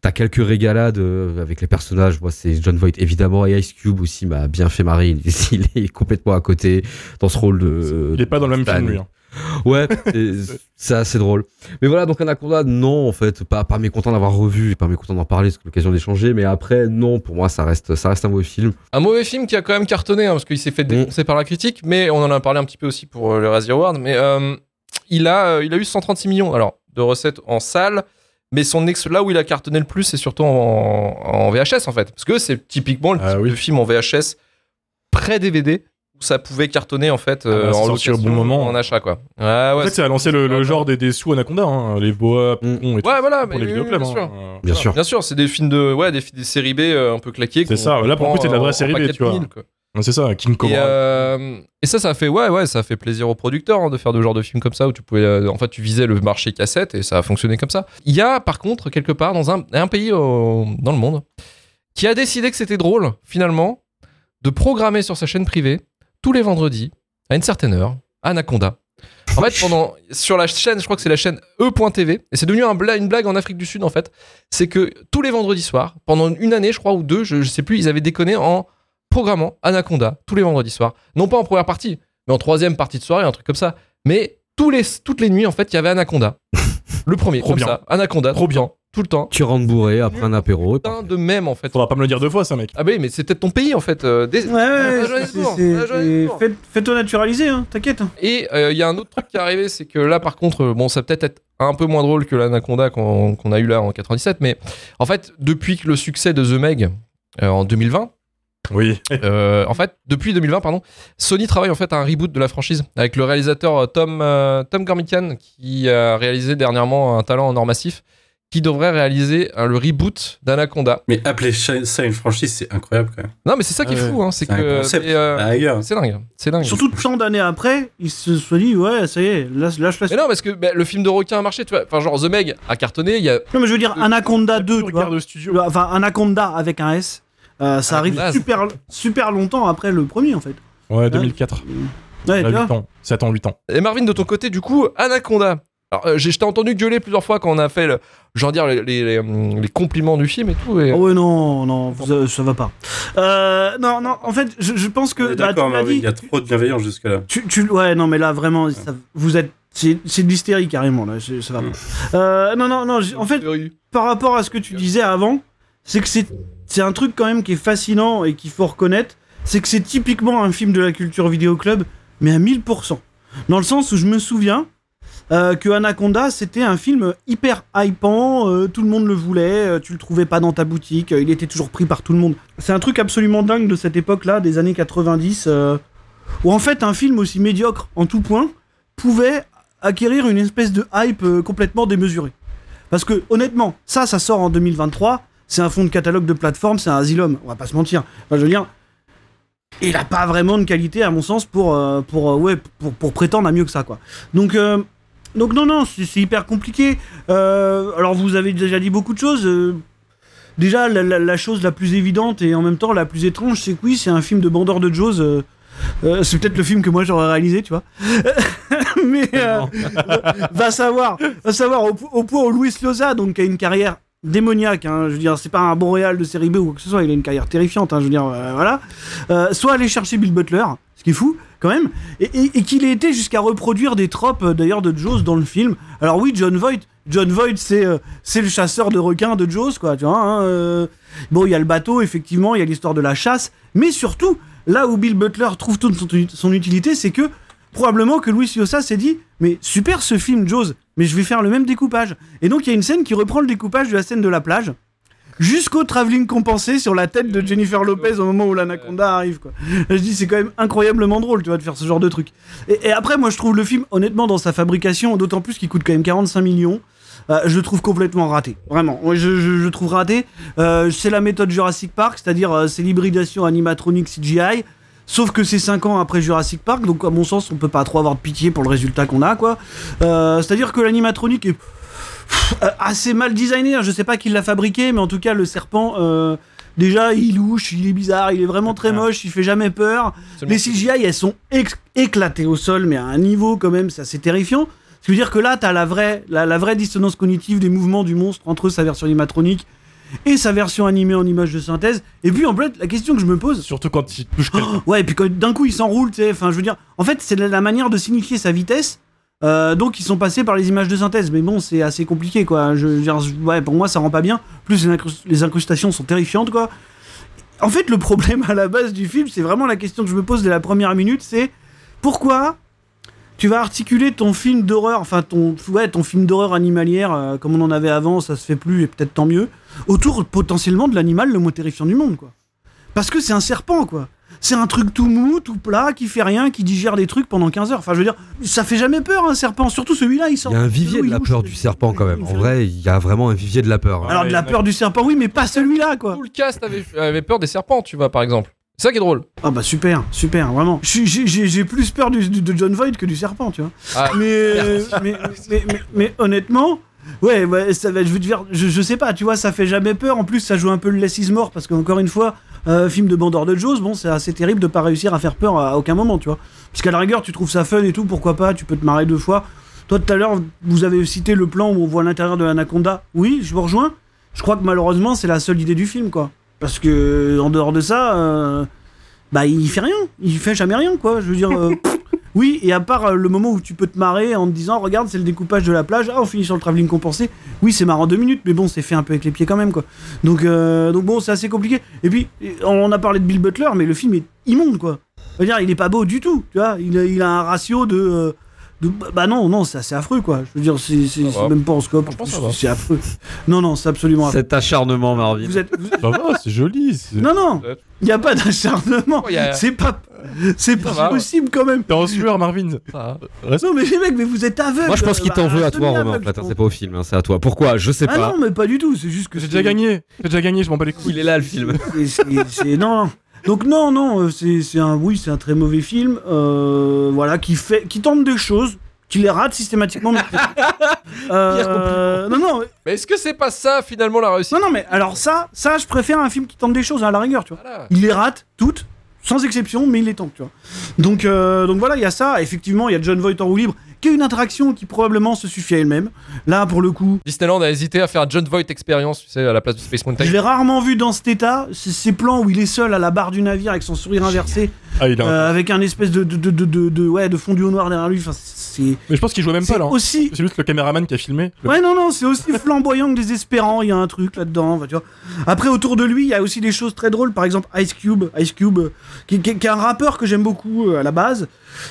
Speaker 5: T'as quelques régalades euh, avec les personnages. Moi, c'est John Voight évidemment et Ice Cube aussi m'a bien fait marrer. Il, il est [laughs] complètement à côté dans ce rôle de.
Speaker 4: Il est pas dans le même
Speaker 5: Stan.
Speaker 4: film, lui. hein.
Speaker 5: Ouais, c'est- c'est assez drôle. Mais voilà, donc Anaconda, non, en fait, pas, pas mécontent d'avoir revu et pas mécontent d'en parler, c'est l'occasion d'échanger, mais après, non, pour moi, ça reste, ça reste un mauvais film.
Speaker 1: Un mauvais film qui a quand même cartonné, hein, parce qu'il s'est fait
Speaker 4: Mm.
Speaker 1: défoncer par la critique, mais on en a parlé un petit peu aussi pour euh, le Razzie Award, mais euh, il, a, euh, il a eu 136 millions alors, de recettes en salle, mais son ex, là où il a cartonné le plus, c'est surtout en, en VHS en fait, parce que c'est typiquement le
Speaker 4: Ah
Speaker 1: type
Speaker 4: oui.
Speaker 1: de film en VHS pré-DVD, où ça pouvait cartonner en fait euh,
Speaker 4: bah, c'est
Speaker 1: en
Speaker 4: sorti au
Speaker 1: location
Speaker 4: bon moment.
Speaker 1: ou en achat quoi. Ouais,
Speaker 4: En
Speaker 1: ouais,
Speaker 4: fait, ça a lancé le, le genre des, des sous Anaconda, hein, les boas,
Speaker 5: Mm.
Speaker 4: Python et tout
Speaker 1: ouais, voilà,
Speaker 4: pour
Speaker 1: mais
Speaker 4: les
Speaker 1: oui, oui,
Speaker 4: vidéoclubs.
Speaker 1: bien
Speaker 4: hein.
Speaker 1: sûr.
Speaker 4: Euh,
Speaker 5: Bien sûr.
Speaker 1: Bien sûr, c'est des films de ouais, des, fi- des séries B euh, un peu claquées. qu'on-
Speaker 4: C'est ça, là, pour le coup, c'est de la
Speaker 1: en-
Speaker 4: vraie
Speaker 1: en
Speaker 4: série B,
Speaker 1: paquet
Speaker 4: tu vois.
Speaker 1: 1000, quoi.
Speaker 4: C'est ça, King
Speaker 1: Et,
Speaker 4: Cobra.
Speaker 1: euh, et ça, ça fait ouais, ouais, ça fait plaisir aux producteurs hein, de faire de genre de films comme ça où tu pouvais, euh, en fait, tu visais le marché cassette et ça a fonctionné comme ça. Il y a par contre quelque part dans un, un pays au- dans le monde qui a décidé que c'était drôle finalement de programmer sur sa chaîne privée tous les vendredis à une certaine heure Anaconda. En fait, pendant sur la chaîne, je crois que c'est la chaîne E E.tv et c'est devenu un bla- une blague en Afrique du Sud en fait. C'est que tous les vendredis soirs, pendant une année, je crois ou deux, je, je sais plus, ils avaient déconné en programmant Anaconda tous les vendredis soirs. Non pas en première partie, mais en troisième partie de soirée, un truc comme ça. Mais tous les, toutes les nuits, en fait, il y avait
Speaker 4: [laughs]
Speaker 1: Anaconda. Le premier,
Speaker 4: Trop
Speaker 1: comme
Speaker 4: bien.
Speaker 1: ça. Anaconda,
Speaker 4: Trop
Speaker 1: tout le
Speaker 4: bien.
Speaker 1: temps, Tout le temps.
Speaker 5: Tu rentres bourré après un apéro. et
Speaker 1: Putain
Speaker 5: parfait.
Speaker 1: de même, en fait.
Speaker 4: Faudra pas me le dire deux fois, ça, mec.
Speaker 1: Ah bah oui, mais c'est peut-être ton pays, en fait. euh, des-
Speaker 2: Ouais, ouais,
Speaker 1: la
Speaker 2: c'est-
Speaker 1: Johannesburg,
Speaker 2: c'est-
Speaker 1: la Johannesburg.
Speaker 2: c'est- fais- Fais-toi naturaliser, hein, t'inquiète.
Speaker 1: Et euh, il y a un autre truc qui est arrivé, c'est que là, par contre, euh, bon, ça peut-être être un peu moins drôle que l'Anaconda qu'on qu'on a eu là en 97, mais en fait, depuis le succès de The Meg euh, en 2020,
Speaker 4: Oui.
Speaker 1: Euh, en fait, depuis 2020, pardon, Sony travaille en fait à un reboot de la franchise avec le réalisateur euh, Tom, euh, Tom Gormican qui a réalisé dernièrement un talent en or massif qui devrait réaliser euh, le reboot d'Anaconda.
Speaker 3: Mais appeler cha- ça une franchise, c'est incroyable quand même.
Speaker 1: Non, mais c'est ça qui est
Speaker 4: Ah ouais,
Speaker 1: fou, hein, c'est
Speaker 3: c'est un
Speaker 1: que
Speaker 3: concept. Ah.
Speaker 1: c'est euh,
Speaker 3: Ailleurs.
Speaker 1: c'est dingue, c'est dingue.
Speaker 2: Surtout tant d'années après, ils se sont dit, ouais, ça y est, là, là je la
Speaker 1: Mais non, parce que bah, le film de requin a marché, tu vois. Enfin, genre The Meg a cartonné, il y a
Speaker 2: Non, mais je veux dire, Anaconda 2, tu vois.
Speaker 4: Regarde le studio.
Speaker 2: Le- Enfin, Anaconda avec un S. euh, ça
Speaker 1: Anaconda,
Speaker 2: arrive super, super longtemps après le premier, en fait.
Speaker 4: Ouais, 2004.
Speaker 2: Ouais,
Speaker 4: Elle
Speaker 2: tu
Speaker 4: a
Speaker 2: vois.
Speaker 4: 8 Bah, ans. 7 ans, 8 ans.
Speaker 1: Et Marvin, de ton côté, du coup, Anaconda, Alors, euh, j'ai- je t'ai entendu gueuler plusieurs fois quand on a fait, le, genre dire les, les- les, hum, les compliments du film et tout. Et...
Speaker 2: Ah ouais, non, non, vous, euh, ça va pas. Euh, non, non, en fait, je, je pense
Speaker 3: On
Speaker 2: que.
Speaker 3: est
Speaker 2: bah, tu
Speaker 3: D'accord,
Speaker 2: l'as
Speaker 3: Marvin,
Speaker 2: dit,
Speaker 3: il y a trop de bienveillance jusque-là.
Speaker 2: tu, tu- ouais, non, mais là, vraiment, ça- vous êtes. C'est c'est de l'hystérie carrément, là, c'est- ça va pas. Euh, non, non, non, j'ai- en fait, par rapport à ce que tu disais avant, c'est que c'est c'est un truc quand même qui est fascinant et qu'il faut reconnaître, c'est que c'est typiquement un film de la culture vidéo club, mais à 1000%. Dans le sens où je me souviens euh, que Anaconda, c'était un film hyper hypant, euh, tout le monde le voulait, euh, tu le trouvais pas dans ta boutique, euh, il était toujours pris par tout le monde. C'est un truc absolument dingue de cette époque-là, des années 90, euh, où en fait un film aussi médiocre en tout point pouvait acquérir une espèce de hype euh, complètement démesurée. Parce que honnêtement, ça, ça sort en 2023. C'est un fond de catalogue de plateforme, c'est un asylum. On va pas se mentir. Enfin, je veux dire, il a pas vraiment de qualité, à mon sens, pour euh, pour euh, ouais pour, pour prétendre à mieux que ça quoi. Donc euh, donc non non, c'est c'est hyper compliqué. Euh, alors vous avez déjà dit beaucoup de choses. euh, déjà la, la- la chose la plus évidente et en même temps la plus étrange, c'est que oui, c'est un film de bandeur de Jaws. euh, euh, c'est peut-être le film que moi j'aurais réalisé, tu vois. [laughs] Mais euh, [laughs] va savoir, va savoir au, au point où Luis Loza, donc qui a une carrière démoniaque, hein, je veux dire, c'est pas un bon réal de série B ou quoi que ce soit, il a une carrière terrifiante, hein, je veux dire, euh, voilà. Euh, soit aller chercher Bill Butler, ce qui est fou quand même, et, et- et qu'il ait été jusqu'à reproduire des tropes euh, d'ailleurs de Jaws dans le film. Alors oui, John Voight. John Voight, c'est euh, c'est le chasseur de requins de Jaws, quoi, tu vois. hein, euh. Bon, il y a le bateau, effectivement, il y a l'histoire de la chasse, mais surtout, là où Bill Butler trouve toute son, son utilité, c'est que probablement que Louis Liossa s'est dit mais super ce film Jaws mais je vais faire le même découpage et donc il y a une scène qui reprend le découpage de la scène de la plage jusqu'au travelling compensé sur la tête de Jennifer Lopez au moment où l'anaconda arrive quoi. je dis c'est quand même incroyablement drôle tu vois de faire ce genre de truc et, et après moi je trouve le film honnêtement dans sa fabrication d'autant plus qu'il coûte quand même 45 millions euh, je le trouve complètement raté, vraiment. Moi, Je, je, je le trouve raté. Euh, c'est la méthode Jurassic Park, c'est-à-dire euh, c'est l'hybridation animatronique CGI. Sauf que c'est 5 ans après Jurassic Park, donc à mon sens, on peut pas trop avoir de pitié pour le résultat qu'on a, quoi. Euh, C'est-à-dire que l'animatronique est pff, euh, assez mal designé. hein. Je sais pas qui l'a fabriqué, mais en tout cas, le serpent, euh, déjà, il louche, il est bizarre, il est vraiment très moche, il fait jamais peur.
Speaker 1: Seulement-
Speaker 2: Les CGI, elles sont ex- éclatées au sol, mais à un niveau quand même, c'est assez terrifiant. Ce qui veut dire que là, t'as la vraie, la, la vraie dissonance cognitive des mouvements du monstre entre sa version animatronique et sa version animée en image de synthèse. Et puis, en fait, la question que je me pose,
Speaker 4: Surtout quand il touche quelqu'un.
Speaker 2: Ouais, et puis quand d'un coup il s'enroule, tu sais, enfin je veux dire, en fait c'est la- la manière de signifier sa vitesse. Euh, donc ils sont passés par les images de synthèse, mais bon c'est assez compliqué quoi. Je, je veux dire, je- ouais, pour moi ça rend pas bien. Plus les, incrus- les incrustations sont terrifiantes quoi. En fait le problème à la base du film, c'est vraiment la question que je me pose dès la première minute, c'est pourquoi tu vas articuler ton film d'horreur, enfin ton ouais ton film d'horreur animalière euh, comme on en avait avant, ça se fait plus et peut-être tant mieux, autour potentiellement de l'animal le moins terrifiant du monde quoi. Parce que c'est un serpent quoi. C'est un truc tout mou, tout plat, qui fait rien, qui digère des trucs pendant 15 heures. Enfin, je veux dire, ça fait jamais peur un serpent, surtout celui-là, il sort.
Speaker 5: Il y a un
Speaker 2: de l'eau,
Speaker 5: vivier de
Speaker 2: il
Speaker 5: la
Speaker 2: louche.
Speaker 5: peur du serpent quand même. En vrai, il y a vraiment un vivier de la peur. hein.
Speaker 2: Alors, de la peur du serpent, oui, mais pas celui-là, quoi.
Speaker 1: Tout le cast avait, avait peur des serpents, tu vois, par exemple. C'est ça qui est drôle.
Speaker 2: Ah, bah super, super, vraiment. Je suis- J'ai j'ai- j'ai plus peur du- du- de John Voight que du serpent, tu vois.
Speaker 1: Ah.
Speaker 2: Mais, euh, mais, mais, mais- mais honnêtement. Ouais, ouais, ça va, je veux dire, je, je sais pas, tu vois, ça fait jamais peur. En plus, ça joue un peu le Less is More, parce qu'encore une fois, euh, film de bandeur de Jaws, bon, c'est assez terrible de pas réussir à faire peur à, à aucun moment, tu vois. Parce qu'à la rigueur, tu trouves ça fun et tout, pourquoi pas, tu peux te marrer deux fois. Toi, tout à l'heure, vous avez cité le plan où on voit l'intérieur de l'anaconda. Oui, je vous rejoins. Je crois que malheureusement, c'est la seule idée du film, quoi. Parce que, en dehors de ça, euh, bah, il fait rien. Il fait jamais rien, quoi. Je veux dire. euh, oui, et à part euh, le moment où tu peux te marrer en te disant, regarde, c'est le découpage de la plage. Ah, on finit sur le travelling compensé. Oui, c'est marrant deux minutes, mais bon, c'est fait un peu avec les pieds quand même, quoi. Donc, euh, donc bon, c'est assez compliqué. Et puis, on a parlé de Bill Butler, mais le film est immonde, quoi. Je veux dire, il est pas beau du tout, tu vois. Il a, il a un ratio de. euh, de- bah non, non, c'est assez affreux, quoi. Je veux dire, c'est c'est-
Speaker 1: Ça va.
Speaker 2: c'est même pas en scope.
Speaker 1: Franchement, ça va.
Speaker 2: C'est affreux. Non, non, c'est absolument affreux.
Speaker 5: Cet acharnement, Marvin.
Speaker 2: Vous êtes, vous-
Speaker 4: [gasps] Ça va, c'est joli. c'est-
Speaker 2: Non, non, il n'y a pas d'acharnement.
Speaker 1: Oh, y a-
Speaker 2: C'est pas, c'est pas
Speaker 1: va.
Speaker 2: possible quand même.
Speaker 4: T'es en sueur, Marvin.
Speaker 1: Ça,
Speaker 2: Non, mais les mecs, mais vous êtes aveugles.
Speaker 5: Moi, je pense qu'il
Speaker 2: Bah,
Speaker 5: t'en veut à toi,
Speaker 2: demi-aveugle,
Speaker 5: Romain. En fait,
Speaker 2: je
Speaker 5: hein,
Speaker 2: pense.
Speaker 5: c'est pas au film, hein, c'est à toi. Pourquoi Je sais
Speaker 2: Ah
Speaker 5: pas.
Speaker 2: non, mais pas du tout, c'est juste que.
Speaker 4: J'ai
Speaker 2: c'est-
Speaker 4: déjà gagné. J'ai déjà gagné, je m'en bats les couilles.
Speaker 5: Il est là, le film.
Speaker 2: c'est- c'est- c'est- Non, non. Donc, non, non, euh, c'est c'est un. Oui, c'est un très mauvais film. euh, voilà, qui, fait, qui tente des choses, qui les rate
Speaker 1: [laughs]
Speaker 2: systématiquement. mais- Euh, non, non,
Speaker 1: Mais est-ce que c'est pas ça, finalement, la réussite
Speaker 2: non, non, mais alors ça, ça, je préfère un film qui tente des choses, hein, à la rigueur, tu vois.
Speaker 1: Voilà.
Speaker 2: Il les rate toutes, sans exception, mais il les tente, tu vois. Donc, euh, donc voilà, il y a ça. Effectivement, il y a John Voight en roue libre, qu'une interaction qui probablement se suffit à elle-même. Là, pour le coup,
Speaker 1: Disneyland a hésité à faire un John Voight expérience, tu sais, à la place de Space Mountain.
Speaker 2: je l'ai rarement vu dans cet état. C- Ces plans où il est seul à la barre du navire avec son sourire inversé,
Speaker 4: Ah, il a un-
Speaker 2: euh, avec un espèce de, de, de, de, de- de- ouais, de fondu au noir derrière lui. Enfin, c'est
Speaker 4: Mais je pense qu'il jouait même pas
Speaker 2: c'est
Speaker 4: là. hein.
Speaker 2: aussi.
Speaker 4: C'est juste le caméraman qui a filmé. Le-
Speaker 2: Ouais, non, non, c'est aussi flamboyant que désespérant. Il y a un truc là-dedans. enfin, tu vois. Après, autour de lui, il y a aussi des choses très drôles. Par exemple, Ice Cube. Ice Cube, euh, qui, qui- qui est un rappeur que j'aime beaucoup euh, à la base.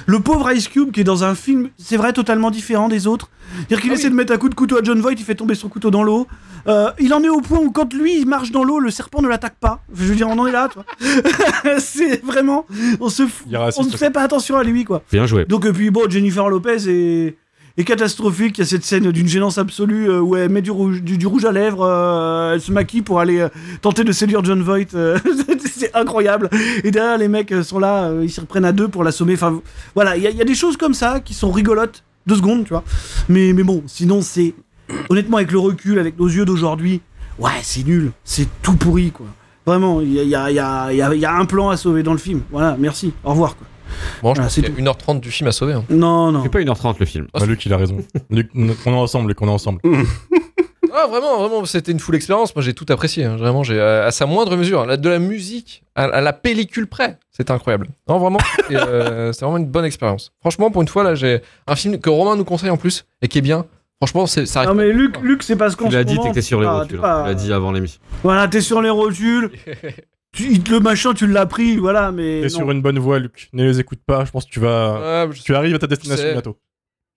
Speaker 2: Le pauvre Ice Cube, qui est dans un film, c'est vrai, totalement différent des autres. C'est-à-dire
Speaker 4: Ah
Speaker 2: qu'il essaie de mettre un coup de couteau à John Voight, il fait tomber son couteau dans l'eau. Euh, il en est au point où, quand lui, il marche dans l'eau, le serpent ne l'attaque pas. Je veux dire, on en est là, tu vois. [laughs] c'est vraiment. On se fout-
Speaker 4: Il est raciste,
Speaker 2: On ne
Speaker 4: ce
Speaker 2: fait pas attention à lui, quoi.
Speaker 5: Bien joué.
Speaker 2: Donc, et puis bon, Jennifer Lopez est, est catastrophique. Il y a cette scène d'une gênance absolue euh, où elle met du rouge, du, du rouge à lèvres, euh, elle se maquille pour aller euh, tenter de séduire John Voight. euh, [laughs] c'est incroyable. Et derrière, les mecs euh, sont là, euh, ils s'y reprennent à deux pour l'assommer. Enfin, voilà, il y, a- il y a des choses comme ça qui sont rigolotes, deux secondes, tu vois. Mais, mais bon, sinon, c'est. Honnêtement, avec le recul, avec nos yeux d'aujourd'hui, ouais, c'est nul. C'est tout pourri, quoi. Vraiment, il y a, il y a- il y a- il y a- il y a un plan à sauver dans le film. Voilà, merci. Au revoir, quoi.
Speaker 1: Bon, je
Speaker 2: Ah,
Speaker 1: pense
Speaker 2: c'est
Speaker 1: qu'il y a 1h30 du film à sauver. hein.
Speaker 2: Non, non.
Speaker 5: C'est pas 1h30 le film.
Speaker 1: Ah,
Speaker 4: Bah, Luc, il a raison. Luc, on est ensemble, Luc, on est ensemble.
Speaker 1: Ah vraiment, vraiment, c'était une full expérience. Moi, j'ai tout apprécié. hein. Vraiment, j'ai euh, à sa moindre mesure, la- de la musique à, à la pellicule près, c'était incroyable. Non, vraiment, c'était euh, [laughs] c'était vraiment une bonne expérience. Franchement, pour une fois, là, j'ai un film que Romain nous conseille en plus et qui est bien. Franchement, c'est ça.
Speaker 2: Non
Speaker 1: Arrive...
Speaker 2: mais Luc, Luc c'est parce qu'on
Speaker 5: Tu l'as
Speaker 2: se
Speaker 5: dit,
Speaker 2: commence,
Speaker 5: t'étais sur les
Speaker 2: pas-
Speaker 5: rotules.
Speaker 2: ah, t'es
Speaker 5: hein.
Speaker 2: pas-
Speaker 5: Tu l'as dit avant l'émission.
Speaker 2: Voilà, t'es sur
Speaker 1: [laughs]
Speaker 2: les rotules. tu, il te- le machin, tu l'as pris, voilà, mais.
Speaker 4: T'es
Speaker 2: non.
Speaker 4: sur une bonne voie, Luc. Ne les écoute pas, je pense que tu vas.
Speaker 1: Ah, je-
Speaker 4: Tu arrives à ta
Speaker 1: Je
Speaker 4: destination
Speaker 1: sais.
Speaker 4: bientôt.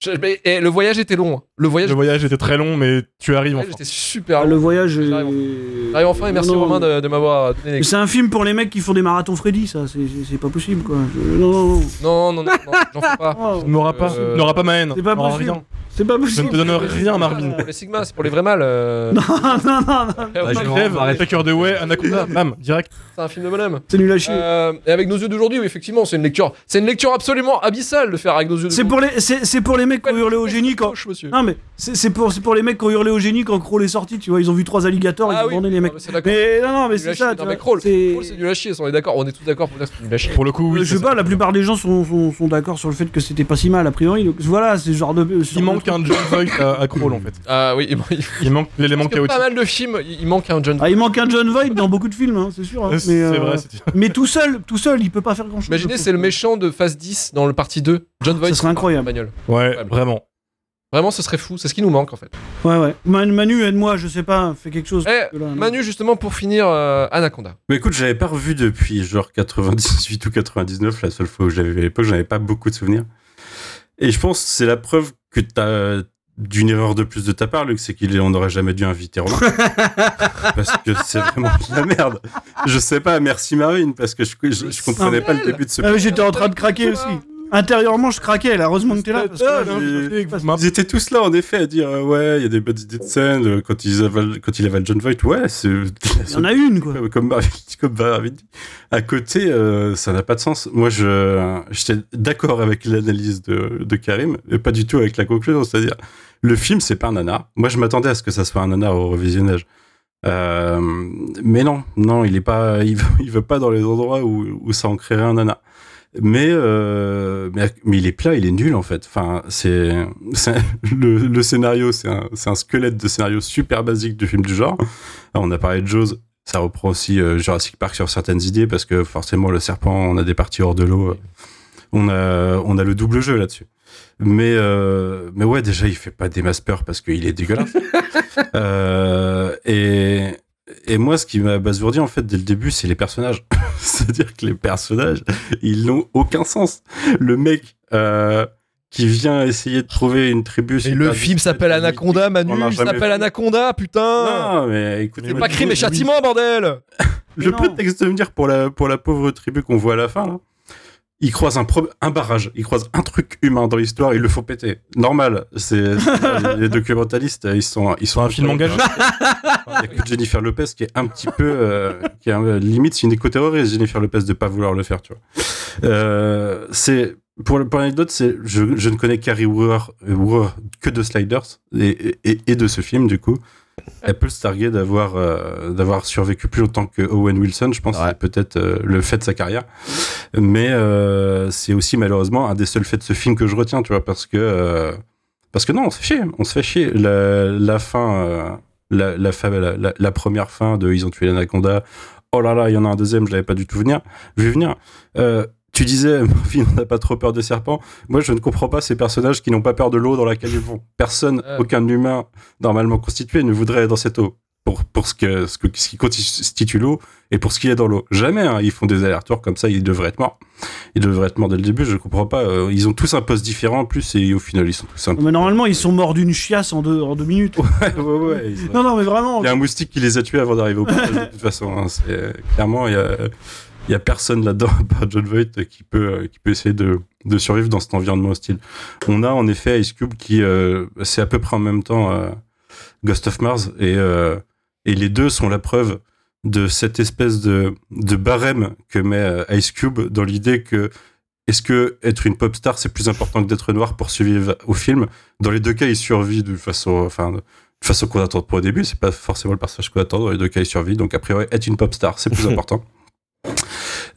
Speaker 1: je- mais- et le voyage était long. hein. Le voyage,
Speaker 4: Le voyage était très long, mais tu arrives
Speaker 1: le
Speaker 4: enfin.
Speaker 1: voyage était super
Speaker 2: Ah, Le
Speaker 1: long.
Speaker 2: voyage. est-
Speaker 1: J'arrive J'arrive enfin et merci
Speaker 2: Non, non,
Speaker 1: Romain
Speaker 2: mais-
Speaker 1: de, de m'avoir donné les
Speaker 2: mais C'est un film pour les mecs qui font des marathons Freddy, ça, c'est- c'est c'est pas possible quoi. Je- Non, non, non.
Speaker 1: Non, non, non, non, j'en fais
Speaker 2: [laughs]
Speaker 4: Ah,
Speaker 1: pas.
Speaker 2: Oh,
Speaker 4: Tu n'auras pas,
Speaker 1: Euh,
Speaker 4: tu n'auras pas ma haine.
Speaker 2: c'est pas
Speaker 4: Tu n'auras
Speaker 2: possible.
Speaker 4: rien.
Speaker 2: c'est pas
Speaker 4: Je ne
Speaker 2: possible.
Speaker 4: te donne rien, Marvin.
Speaker 1: Pour les Sigma, c'est pour les vrais mâles. euh. [laughs]
Speaker 2: [laughs] non, non, non, non.
Speaker 1: Eh,
Speaker 5: Bah,
Speaker 1: Romain,
Speaker 5: j'ai-
Speaker 4: Dave,
Speaker 5: arrête.
Speaker 4: Taker de Way, [laughs] Anaconda, bam, direct.
Speaker 1: c'est un film de bonhomme.
Speaker 2: C'est nul à chier.
Speaker 1: Euh, et avec nos yeux d'aujourd'hui, oui, effectivement, c'est une lecture, c'est une lecture absolument abyssale de faire avec nos yeux.
Speaker 2: C'est pour les, c'est c'est pour les mecs qui ont hurlé au génie quand.
Speaker 1: gauche, monsieur.
Speaker 2: Non mais c'est c'est pour, c'est pour les mecs qui ont hurlé au génie quand Crawl est sorti, tu vois, ils ont vu trois alligators,
Speaker 1: Ah
Speaker 2: ils ont bandé les mecs.
Speaker 1: C'est d'accord.
Speaker 2: Mais non, non, mais
Speaker 1: C'est nul à
Speaker 2: c'est
Speaker 1: chier.
Speaker 2: ça.
Speaker 1: Non,
Speaker 2: tu
Speaker 1: mais
Speaker 2: vois,
Speaker 1: Crawl,
Speaker 2: c'est-
Speaker 1: Crawl, c'est nul à chier. ça, On est d'accord, on est tous d'accord pour dire que c'est nul à chier.
Speaker 4: Pour le coup, oui.
Speaker 2: Euh, je sais
Speaker 4: c'est
Speaker 2: pas,
Speaker 4: ça.
Speaker 2: la plupart des gens sont, sont, sont d'accord sur le fait que c'était pas si mal a priori. Donc voilà, c'est ce genre de. ce
Speaker 4: Il
Speaker 2: genre de
Speaker 4: manque
Speaker 2: truc.
Speaker 4: un John Voight à, à Kroll, en fait.
Speaker 1: Ah oui, il manque- il
Speaker 4: Il manque l'élément
Speaker 1: manque
Speaker 4: chaotique.
Speaker 1: pas mal de films. Il il manque un John.
Speaker 2: Ah, il manque un John Voight dans beaucoup de films, hein, c'est sûr. hein.
Speaker 4: C'est
Speaker 2: mais, euh,
Speaker 4: vrai, c'est
Speaker 2: mais tout seul, tout seul, il peut pas faire grand chose.
Speaker 1: Ah, Imaginez, c'est le méchant de Phase 10 dans le partie 2. John Voight.
Speaker 2: Ça serait incroyable.
Speaker 1: Bagnole.
Speaker 4: Ouais, vraiment.
Speaker 1: Vraiment, ce serait fou. C'est ce qui nous manque en fait.
Speaker 2: Ouais, ouais. Man- Manu, aide-moi, je sais pas, fais quelque chose.
Speaker 1: Eh,
Speaker 2: Là, non.
Speaker 1: Manu, justement, pour finir, euh, Anaconda.
Speaker 3: Mais écoute, j'avais pas revu depuis genre 98 ou 99, la seule fois où j'avais vu à l'époque, j'avais pas beaucoup de souvenirs. Et je pense que c'est la preuve que t'as d'une erreur de plus de ta part, Luc, c'est qu'on n'aurait jamais dû inviter Romain.
Speaker 2: [laughs]
Speaker 3: parce que c'est vraiment de la merde. Je sais pas, merci Marine, parce que je, je, je comprenais pas le début de ce.
Speaker 2: Ah, mais J'étais en train de craquer aussi. Intérieurement, je craquais, là, heureusement que t'es là. parce que là,
Speaker 4: hein.
Speaker 2: je-
Speaker 4: Euh, Ah.
Speaker 3: Ils étaient tous là, en effet, à dire euh, ouais, il y a des bonnes idées de scène euh, quand ils avalent, quand il avale John Voight. Ouais, c'est.
Speaker 2: Il y en a une, quoi.
Speaker 3: Comme, comme Marvin- [laughs] comme Marvin dit. À côté, euh, ça n'a pas de sens. Moi, je, j'étais d'accord avec l'analyse de, de Karim, et pas du tout avec la conclusion. C'est-à-dire, le film, c'est pas un nanar. Moi, je m'attendais à ce que ça soit un nanar au revisionnage. Euh, mais non, non, il est pas, il, va- [laughs] il va pas dans les endroits où, où ça en créerait un nanar. Mais, euh, mais, mais il est plat, il est nul en fait. Enfin, c'est, c'est- [laughs] le, le scénario, c'est un, c'est un squelette de scénario super basique du film du genre. Alors, on a parlé de Jaws, ça reprend aussi euh, Jurassic Park sur certaines idées parce que forcément le serpent, on a des parties hors de l'eau. euh, On a, on a le double jeu là-dessus. Mais, euh, mais ouais, déjà, il fait pas des masses peur parce qu'il est dégueulasse. Euh, et, et moi, ce qui m'a basourdi en fait dès le début, c'est les personnages. [laughs] C'est-à-dire que les personnages, ils n'ont aucun sens. Le mec euh, qui vient essayer de trouver une tribu.
Speaker 1: Et
Speaker 3: super
Speaker 1: le
Speaker 3: discrète,
Speaker 1: film s'appelle
Speaker 3: limite,
Speaker 1: Anaconda, Manu.
Speaker 3: on n'a
Speaker 1: Il
Speaker 3: jamais
Speaker 1: s'appelle
Speaker 3: fait.
Speaker 1: Anaconda, putain.
Speaker 3: Non, mais écoutez,
Speaker 1: C'est
Speaker 3: moi,
Speaker 1: pas
Speaker 3: je-
Speaker 1: crime et châtiment, bordel.
Speaker 2: Mais
Speaker 3: Le
Speaker 2: non.
Speaker 3: prétexte de venir pour la, pour la pauvre tribu qu'on voit à la fin, là, ils croisent un, pro- un barrage, ils croisent un truc humain dans l'histoire, ils le font péter. Normal,
Speaker 2: [laughs]
Speaker 3: c'est c'est- les documentalistes, ils sont, ils sont Hein.
Speaker 4: Un film engagé.
Speaker 3: Il n'y a que Jennifer Lopez qui est un petit peu, euh, qui est un- limite, c'est une éco-terroriste, Jennifer Lopez, de pas vouloir le faire, tu vois. Euh, c'est, pour, pour l'anecdote, c'est, je, je ne connais Carrie Wurr, Wurr que de Sliders et, et- et de ce film, du coup. Apple Stargate d'avoir euh, d'avoir survécu plus longtemps que Owen Wilson, je pense,
Speaker 5: Ouais.
Speaker 3: c'est peut-être euh, le fait de sa carrière. Mais euh, c'est aussi malheureusement un des seuls faits de ce film que je retiens, tu vois, parce que euh, parce que non, on se fait chier, on se fait chier. La, la fin, euh, la, la, fa- la- la- la première fin de ils ont tué l'anaconda. Oh là là, il y en a un deuxième, je l'avais pas du tout venir, vu venir. Euh, tu disais, [laughs] Murphy, on n'a pas trop peur des serpents. Moi, je ne comprends pas ces personnages qui n'ont pas peur de l'eau dans laquelle ils vont. Personne,
Speaker 1: Euh.
Speaker 3: aucun humain normalement constitué ne voudrait être dans cette eau. Pour, pour ce, que, ce, que, ce qui constitue l'eau et pour ce qui est dans l'eau. Jamais, hein, ils font des allers-retours comme ça, ils devraient être morts. Ils devraient être morts dès le début, je comprends pas. Euh, Ils ont tous un poste différent en plus et au final, ils sont tous un peu.
Speaker 2: Mais normalement, ils sont morts d'une chiasse en deux, en deux minutes.
Speaker 3: [laughs] Ouais, ouais, ouais, ils-
Speaker 2: Non, non, mais vraiment.
Speaker 3: Il y a un moustique qui les a tués avant d'arriver au portage, de toute façon. hein. C'est- Clairement, il y a, il y a personne là-dedans, [laughs] à part John Voight, qui peut, euh, qui peut essayer de, de survivre dans cet environnement hostile. On a en effet Ice Cube qui, euh, c'est à peu près en même temps euh, Ghost of Mars, et, euh, et les deux sont la preuve de cette espèce de, de barème que met euh, Ice Cube dans l'idée que est-ce que être une pop star c'est plus important que d'être noir pour survivre au film Dans les deux cas, il survit de façon, enfin, de façon qu'on attend pas au début, c'est pas forcément le personnage qu'on attend, dans les deux cas il survit, donc a priori être une pop star c'est plus important.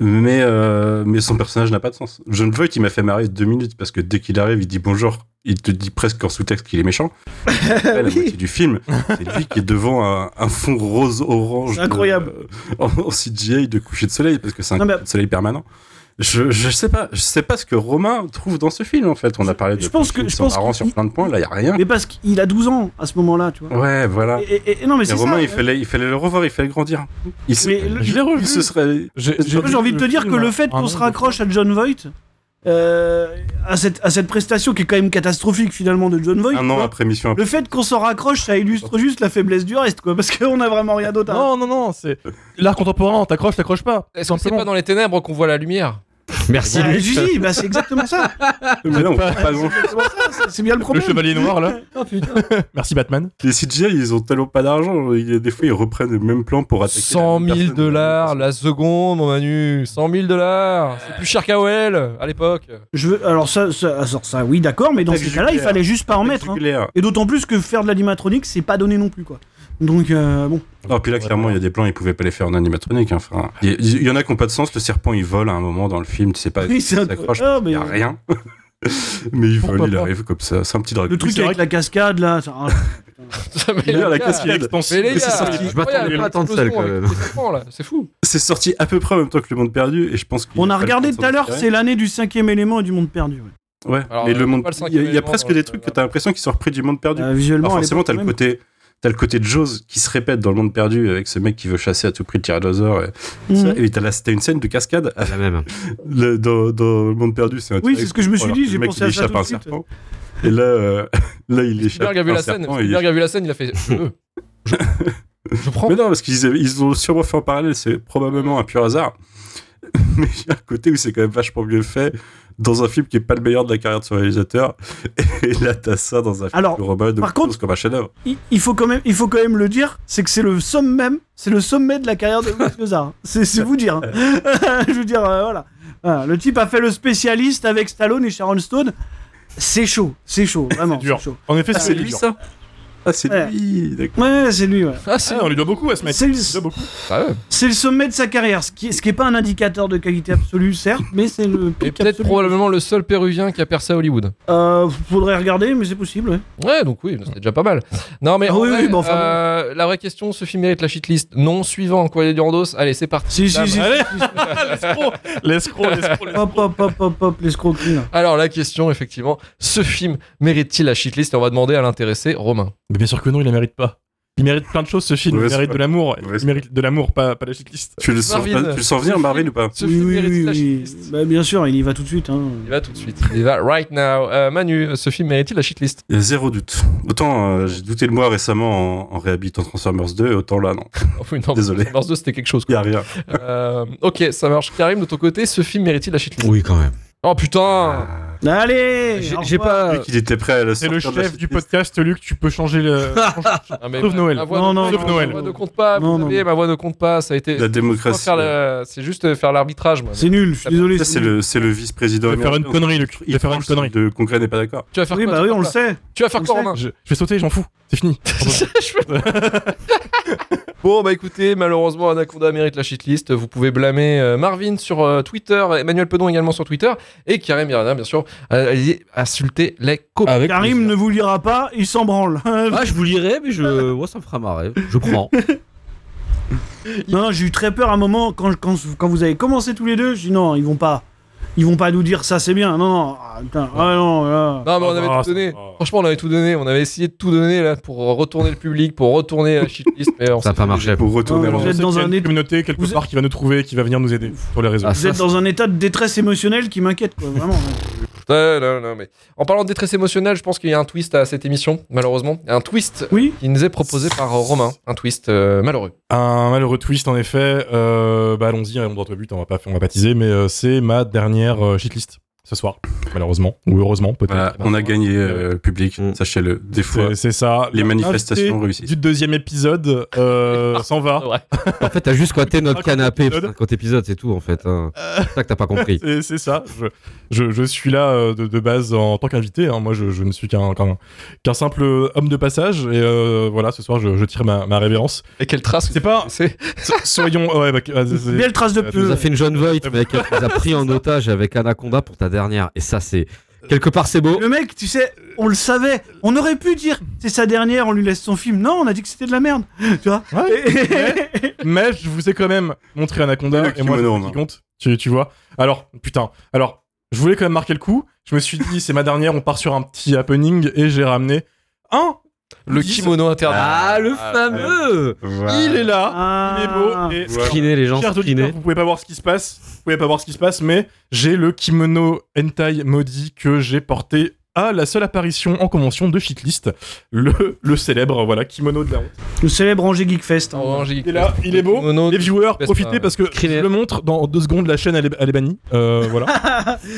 Speaker 3: Mais, euh, mais son personnage n'a pas de sens. John Voight, il m'a fait marrer deux minutes parce que dès qu'il arrive, il dit bonjour. Il te dit presque en sous-texte qu'il est méchant. Après, La
Speaker 2: Oui.
Speaker 3: moitié du film, c'est lui qui est devant un, un fond rose-orange. de-
Speaker 2: Incroyable.
Speaker 3: en, en CGI de coucher de soleil, parce que c'est un
Speaker 2: Non, mais-
Speaker 3: coucher de soleil permanent. Je, je sais pas, je sais pas ce que Romain trouve dans ce film en fait. On a parlé de
Speaker 2: je pense
Speaker 3: films
Speaker 2: que-
Speaker 3: qui
Speaker 2: je
Speaker 3: sont
Speaker 2: pense
Speaker 3: marrants
Speaker 2: que-
Speaker 3: sur plein de points, là y a rien.
Speaker 2: Mais parce qu'il a 12 ans à ce moment-là, tu vois.
Speaker 3: Ouais, voilà.
Speaker 2: Et, et- et- non, mais
Speaker 3: Mais
Speaker 2: c'est
Speaker 3: Romain,
Speaker 2: ça. euh,
Speaker 3: il fallait, il fallait le revoir, il fallait grandir. Il se-
Speaker 2: Mais le-
Speaker 3: je l'ai revu. Ce serait.
Speaker 4: J'ai Ah
Speaker 2: Moi, J'ai envie de te dire que le fait qu'on se raccroche à John Voight, euh, à, cette, à cette prestation qui est quand même catastrophique finalement de John Voight,
Speaker 3: Un an
Speaker 2: quoi,
Speaker 3: après Mission Impossible.
Speaker 2: le fait qu'on s'en raccroche, ça illustre juste la faiblesse du reste, quoi, parce qu'on a vraiment rien d'autre. à-
Speaker 4: Non, non, non, c'est. L'art contemporain, on t'accroche, t'accroches pas.
Speaker 1: Est-ce que c'est
Speaker 4: Eh, Simplement.
Speaker 1: pas dans les ténèbres qu'on voit la lumière
Speaker 5: Merci.
Speaker 2: Ah, si, si, bah, c'est exactement ça.
Speaker 3: Mais là, on
Speaker 4: pas-
Speaker 3: comprend pas grand
Speaker 2: C'est exactement ça, c'est- C'est bien le
Speaker 4: Le
Speaker 2: problème. Oh,
Speaker 4: chevalier noir, là.
Speaker 2: [laughs]
Speaker 4: Merci, Batman.
Speaker 3: Les CGI, ils ont tellement pas d'argent. il y a Des fois, ils reprennent le même plan pour attaquer. la
Speaker 1: 100
Speaker 3: même
Speaker 1: 000
Speaker 3: personne.
Speaker 1: dollars la seconde, mon Manu. 100 000 dollars. C'est plus cher qu'à OL à l'époque.
Speaker 2: Je veux, alors ça, ça, ah, ça, ça, oui, d'accord, mais dans
Speaker 3: Texte
Speaker 2: ces cas-là, il
Speaker 3: nucléaire.
Speaker 2: fallait juste pas en mettre. hein.
Speaker 3: Spectaculaire.
Speaker 2: Et d'autant plus que faire de l'animatronique, c'est pas donné non plus, quoi. Donc, euh, bon.
Speaker 3: Non, puis là, clairement, il y a des plans, ils pouvaient pas les faire en animatronique. hein. Enfin, il y, il y en a qui n'ont pas de sens. Le serpent, il vole à un moment dans le film. Tu sais pas,
Speaker 2: Oui, c'est un-
Speaker 3: il Bah, s'accroche,
Speaker 2: Ah,
Speaker 3: il y a
Speaker 2: mais-
Speaker 3: rien. [laughs] mais il
Speaker 4: Pourquoi
Speaker 3: vole, il
Speaker 4: pas
Speaker 3: arrive comme ça. C'est un petit dragon.
Speaker 2: Le truc
Speaker 4: c'est vrai
Speaker 2: avec
Speaker 4: que-
Speaker 2: la cascade, là. ça- ah,
Speaker 1: Ça met
Speaker 3: Il est à la
Speaker 1: gars.
Speaker 3: cascade.
Speaker 4: Expansif.
Speaker 1: Mais les
Speaker 4: Mais c'est
Speaker 1: gars,
Speaker 4: sorti.
Speaker 5: Je m'attendais
Speaker 1: incroyable,
Speaker 5: pas à tant de sel, quand
Speaker 1: l'explosion
Speaker 5: même.
Speaker 1: avec les serpents, là, C'est fou.
Speaker 3: C'est sorti à peu près en même temps que Le Monde Perdu. Et je pense qu'il
Speaker 2: on a
Speaker 3: fallait
Speaker 2: regardé
Speaker 3: s'en
Speaker 2: tout à l'heure,
Speaker 3: inspirer.
Speaker 2: c'est l'année du cinquième élément et du monde perdu. ouais.
Speaker 3: Ouais,
Speaker 1: Alors,
Speaker 3: mais
Speaker 1: euh,
Speaker 3: le monde.
Speaker 1: pas le cinquième
Speaker 3: Il y a- il y a
Speaker 1: élément,
Speaker 3: presque
Speaker 1: dans
Speaker 3: des
Speaker 1: le-
Speaker 3: trucs que t'as l'impression qu'ils sont repris du monde perdu.
Speaker 2: Euh, visuellement,
Speaker 3: Alors
Speaker 2: à
Speaker 3: Bah, forcément,
Speaker 2: l'époque,
Speaker 3: t'as le
Speaker 2: quand même.
Speaker 3: côté. T'as le côté Jaws qui se répète dans le monde perdu avec ce mec qui veut chasser à tout prix le tyrannosaure. Et,
Speaker 2: Mhm.
Speaker 1: Mm.
Speaker 3: ça. et t'as, la- t'as une scène de cascade
Speaker 5: La même.
Speaker 3: Le- dans, dans le monde perdu. C'est un
Speaker 2: Oui,
Speaker 3: tyrannosaure.
Speaker 2: c'est ce que je me suis
Speaker 3: Alors
Speaker 2: dit,
Speaker 3: que
Speaker 2: j'ai
Speaker 3: le mec,
Speaker 2: pensé
Speaker 3: il
Speaker 2: à ça
Speaker 3: échappe
Speaker 2: tout de
Speaker 3: un
Speaker 2: suite.
Speaker 3: serpent. Et là, euh, [laughs] là, il échappe.
Speaker 1: Spielberg a vu
Speaker 3: un
Speaker 1: la scène.
Speaker 3: serpent et il
Speaker 1: Spielberg a vu la scène, il a fait. Je veux. Je- Je prends.
Speaker 3: Mais non, parce qu'ils avaient- ils ont sûrement fait en parallèle, c'est probablement un pur hasard. [laughs] Mais il y a un côté où c'est quand même vachement mieux fait dans un film qui est pas le meilleur de la carrière de son réalisateur. [laughs] Et là, t'as ça dans un film
Speaker 2: Alors,
Speaker 3: de Robin de
Speaker 2: par contre-
Speaker 3: Bruce comme un chef-d'œuvre.
Speaker 2: Il, il faut quand même, il faut quand même le dire, c'est que c'est le sommet, c'est le sommet de la carrière de Louis César. [laughs] C'est c'est vous dire. hein. je veux dire, euh, voilà. Voilà, Le type a fait le spécialiste avec Stallone et Sharon Stone. C'est chaud, c'est
Speaker 3: [laughs]
Speaker 2: chaud, vraiment.
Speaker 4: dur.
Speaker 2: c'est chaud.
Speaker 4: En effet, c'est dur.
Speaker 3: ça Ah, c'est
Speaker 2: Ouais.
Speaker 3: lui d'accord.
Speaker 2: Ouais, ouais, c'est lui. ouais.
Speaker 1: Ah, c'est.
Speaker 4: Ah, on lui doit beaucoup à ce mec.
Speaker 2: C'est
Speaker 4: On lui doit
Speaker 2: le,
Speaker 4: beaucoup.
Speaker 1: Ah ouais.
Speaker 2: c'est le sommet de sa carrière, ce qui, est- ce qui est pas un indicateur de qualité absolue, certes, mais c'est le
Speaker 1: Et
Speaker 2: pic
Speaker 1: peut-être
Speaker 2: absolu.
Speaker 1: probablement le seul péruvien qui a percé à Hollywood.
Speaker 2: Euh, faudrait regarder, mais c'est possible. ouais.
Speaker 1: Ouais, donc oui, c'était déjà pas mal. Non, mais
Speaker 2: Ah
Speaker 1: en
Speaker 2: oui,
Speaker 1: vrai,
Speaker 2: oui, bah enfin bon.
Speaker 1: euh, la vraie question, ce film mérite la shitlist. Non, suivant, Corrier du Randos. Allez, c'est parti.
Speaker 2: Si, si, Ah, si.
Speaker 4: Allez, l'escroc, [laughs] l'escroc, l'escroc.
Speaker 2: Hop, hop, hop, hop, hop, l'escroquerie. là.
Speaker 1: Alors la question, effectivement, ce film mérite-t-il la shitlist Et on va demander à l'intéressé, Romain.
Speaker 4: Mais bien sûr que non, il la mérite pas. Il mérite plein de choses ce film, il
Speaker 3: Mauvaise
Speaker 4: mérite
Speaker 3: foi.
Speaker 4: de l'amour,
Speaker 3: Mauvaise
Speaker 4: il mérite de l'amour, pas, pas la shitlist.
Speaker 3: Tu le sens,
Speaker 1: Marvin.
Speaker 3: tu le sens venir, Marvin, ou pas
Speaker 1: Ce film mérite-t-il la shitlist
Speaker 2: Bah, bien sûr, il y va tout de suite. Hein.
Speaker 1: Il va tout de suite. Il va right now. Euh, Manu, ce film mérite-t-il la shitlist
Speaker 3: Il y a Zéro doute. Autant euh, j'ai douté de moi récemment en, en réhabilitant Transformers 2, autant là, non.
Speaker 1: Oh, oui, non,
Speaker 3: Désolé.
Speaker 1: Transformers 2, c'était quelque chose.
Speaker 3: Il
Speaker 1: quoi.
Speaker 3: a rien.
Speaker 1: Euh, ok, ça marche. Karim, de ton côté, ce film mérite-t-il la shitlist
Speaker 5: Oui, quand même.
Speaker 1: Oh putain
Speaker 2: Allez
Speaker 5: J'ai
Speaker 2: au
Speaker 5: j'ai
Speaker 2: revoir.
Speaker 5: pas.
Speaker 3: Vu qu'il était prêt à la
Speaker 4: Euh, C'est
Speaker 3: sortir
Speaker 4: le
Speaker 3: de la
Speaker 4: chef du
Speaker 3: setlist.
Speaker 4: podcast, Luc, tu peux
Speaker 2: [laughs]
Speaker 4: changer le.
Speaker 1: Ah, mais
Speaker 4: Sauf
Speaker 1: ma-
Speaker 4: Noël.
Speaker 1: Ma voix,
Speaker 2: Non,
Speaker 1: ne-
Speaker 2: non,
Speaker 1: ma
Speaker 4: sauf
Speaker 1: voix
Speaker 4: Noël.
Speaker 1: ne compte pas. vous
Speaker 2: Non, non.
Speaker 1: savez, Ma voix ne compte pas. Ça a été.
Speaker 3: La
Speaker 1: Je crois
Speaker 3: démocratie.
Speaker 1: faire la- C'est juste euh, faire l'arbitrage. moi.
Speaker 2: C'est nul, je suis désolé.
Speaker 3: Ça, c'est le, c'est le vice-président.
Speaker 4: Je vais faire une
Speaker 3: américain.
Speaker 4: connerie, Luc. Je
Speaker 3: Il
Speaker 4: vais faire une
Speaker 3: pense
Speaker 4: connerie.
Speaker 3: que Le Congrès n'est pas d'accord.
Speaker 1: Tu vas faire
Speaker 2: Oui,
Speaker 1: quoi
Speaker 2: bah
Speaker 1: tu
Speaker 2: oui,
Speaker 1: vas
Speaker 2: on le
Speaker 1: faire-
Speaker 2: sait.
Speaker 1: Tu vas faire
Speaker 2: On
Speaker 1: quoi,
Speaker 2: le
Speaker 1: Romain
Speaker 4: Je, je vais sauter, j'en fous.
Speaker 2: [laughs]
Speaker 4: C'est fini.
Speaker 1: [laughs] Bon, bah écoutez, malheureusement, Anaconda mérite la shitlist. Vous pouvez blâmer euh, Marvin sur euh, Twitter, Emmanuel Pedon également sur Twitter, et Karim Mirana, bien sûr. Euh, Allez insulter les copains.
Speaker 5: Avec
Speaker 2: Karim ne vous lira pas, il s'en branle. [laughs]
Speaker 5: Ah, je vous lirai,
Speaker 4: [laughs]
Speaker 5: mais je. Moi, ça me fera marrer. Je prends.
Speaker 2: Non, non, j'ai eu très peur à un moment quand, quand, quand vous avez commencé tous les deux. J'ai dit non, ils vont pas, ils vont pas nous dire ça, c'est bien. Non, non, ah, putain, ah, non, là.
Speaker 1: Non, mais on avait
Speaker 4: Ah,
Speaker 1: tout donné.
Speaker 4: ça va.
Speaker 1: Franchement, on avait tout donné. On avait essayé de tout donner là pour euh, retourner le public, pour retourner la shitlist. mais on
Speaker 5: Ça
Speaker 1: s'est
Speaker 5: n'a pas
Speaker 1: fait
Speaker 5: marché.
Speaker 3: Pour retourner
Speaker 2: Non,
Speaker 3: en
Speaker 2: vous êtes
Speaker 4: Je sais
Speaker 2: dans
Speaker 4: qu'il y a
Speaker 2: un
Speaker 4: une
Speaker 2: état-
Speaker 4: communauté quelque
Speaker 2: vous êtes-
Speaker 4: part qui va nous trouver, qui va venir nous aider sur les réseaux.
Speaker 5: Ah,
Speaker 2: vous
Speaker 5: ça,
Speaker 2: êtes
Speaker 5: c'est-
Speaker 2: dans un état de détresse émotionnelle qui m'inquiète, quoi, vraiment.
Speaker 1: Ouais, non, non, mais... En parlant de détresse émotionnelle, je pense qu'il y a un twist à cette émission, malheureusement. Un twist
Speaker 2: Oui.
Speaker 1: qui nous est proposé par euh, Romain. Un twist euh, malheureux.
Speaker 2: Ah.
Speaker 4: Un malheureux twist en effet. Euh, bah allons-y, allons droit au but. On va pas, on va pas teaser, mais euh, c'est ma dernière euh, shitlist ce soir, malheureusement ou heureusement peut-être.
Speaker 3: Voilà, Bah, on a gagné euh, public,
Speaker 5: Mm.
Speaker 3: sachez-le. Des fois,
Speaker 4: C'est c'est ça.
Speaker 3: les manifestations
Speaker 4: L'invité
Speaker 3: réussissent.
Speaker 4: Du deuxième épisode
Speaker 2: [laughs]
Speaker 4: euh, s'en va.
Speaker 5: En fait, t'as juste squatté notre
Speaker 4: Raconte
Speaker 5: canapé.
Speaker 4: l'épisode.
Speaker 5: putain, Quand épisode, c'est tout en fait. hein. C'est ça que t'as pas compris.
Speaker 4: Euh. [laughs] C'est c'est ça. Je, je, je suis là euh, de, de base en tant qu'invité. hein. Moi, je, je ne suis qu'un qu'un qu'un simple euh, homme de passage. Et euh, voilà, ce soir, je, je tire ma, ma révérence.
Speaker 1: Et quelle trace
Speaker 4: C'est pas.
Speaker 1: C'est
Speaker 4: so- Soyons. Ouais, bah, ah, c'est- c'est-
Speaker 2: Belle trace de
Speaker 5: Tu
Speaker 2: peu.
Speaker 5: nous a fait une John Voight,
Speaker 4: Euh,
Speaker 5: mec. Tu nous
Speaker 4: [laughs]
Speaker 5: a pris en otage avec Anaconda pour ta dernière. Et ça, c'est.
Speaker 4: Euh.
Speaker 5: Quelque part, c'est beau.
Speaker 2: Le mec, tu sais, on le savait. On aurait pu dire c'est sa dernière, on lui laisse son film. Non, on a dit que c'était de la merde. Tu vois
Speaker 4: Ouais. mais je vous ai quand même montré
Speaker 3: Le
Speaker 4: Anaconda et moi
Speaker 3: kimono hein. en
Speaker 4: c'est ce
Speaker 3: main.
Speaker 4: qui compte tu, tu vois alors putain alors je voulais quand même marquer le coup je me suis dit c'est ma dernière on part sur un petit happening et j'ai ramené un
Speaker 1: le
Speaker 4: Dix-
Speaker 1: kimono interdit.
Speaker 5: Ah, le fameux
Speaker 3: Voilà.
Speaker 4: il est là il est
Speaker 2: Ah.
Speaker 4: beau et
Speaker 3: Voilà.
Speaker 5: Screener, les gens,
Speaker 4: Chers auditeurs,
Speaker 5: screener.
Speaker 4: vous pouvez pas voir ce qui se passe, vous pouvez pas voir ce qui se passe, mais j'ai le kimono hentai maudit que j'ai porté à la seule apparition en convention de shitlist, le, le célèbre voilà kimono de la honte.
Speaker 2: Le célèbre Angers Geek Fest. hein.
Speaker 1: Orange
Speaker 4: Il est là, il est beau.
Speaker 1: Kimono
Speaker 4: Les viewers,
Speaker 1: Vespa, ouais.
Speaker 4: profitez parce que je
Speaker 5: Screener.
Speaker 4: le montre dans deux secondes. La chaîne elle est, elle est bannie. Euh, voilà.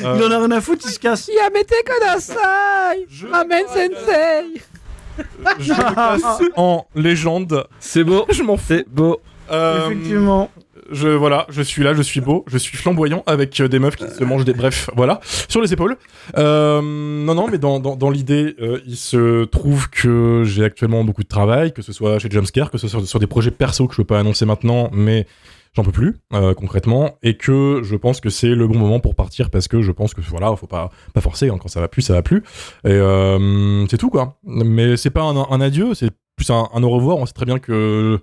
Speaker 4: euh.
Speaker 2: Il en a rien à foutre, il se casse.
Speaker 4: Je ramène Sensei. Je le classe en légende.
Speaker 5: C'est beau.
Speaker 4: [laughs] Je m'en fous.
Speaker 5: C'est beau.
Speaker 4: Euh,
Speaker 2: [laughs] Effectivement.
Speaker 4: Je voilà, je suis là, je suis beau, je suis flamboyant avec euh, des meufs qui se mangent des brefs, voilà, sur les épaules. Euh, non, non, mais dans, dans, dans l'idée, euh, il se trouve que j'ai actuellement beaucoup de travail, que ce soit chez Jumpscare, que ce soit sur, sur des projets perso que je peux pas annoncer maintenant, mais j'en peux plus euh, concrètement, et que je pense que c'est le bon moment pour partir parce que je pense que voilà, faut pas pas forcer hein, quand ça va plus, ça va plus, et euh, c'est tout quoi. Mais c'est pas un, un adieu, c'est plus un, un au revoir. On sait très bien que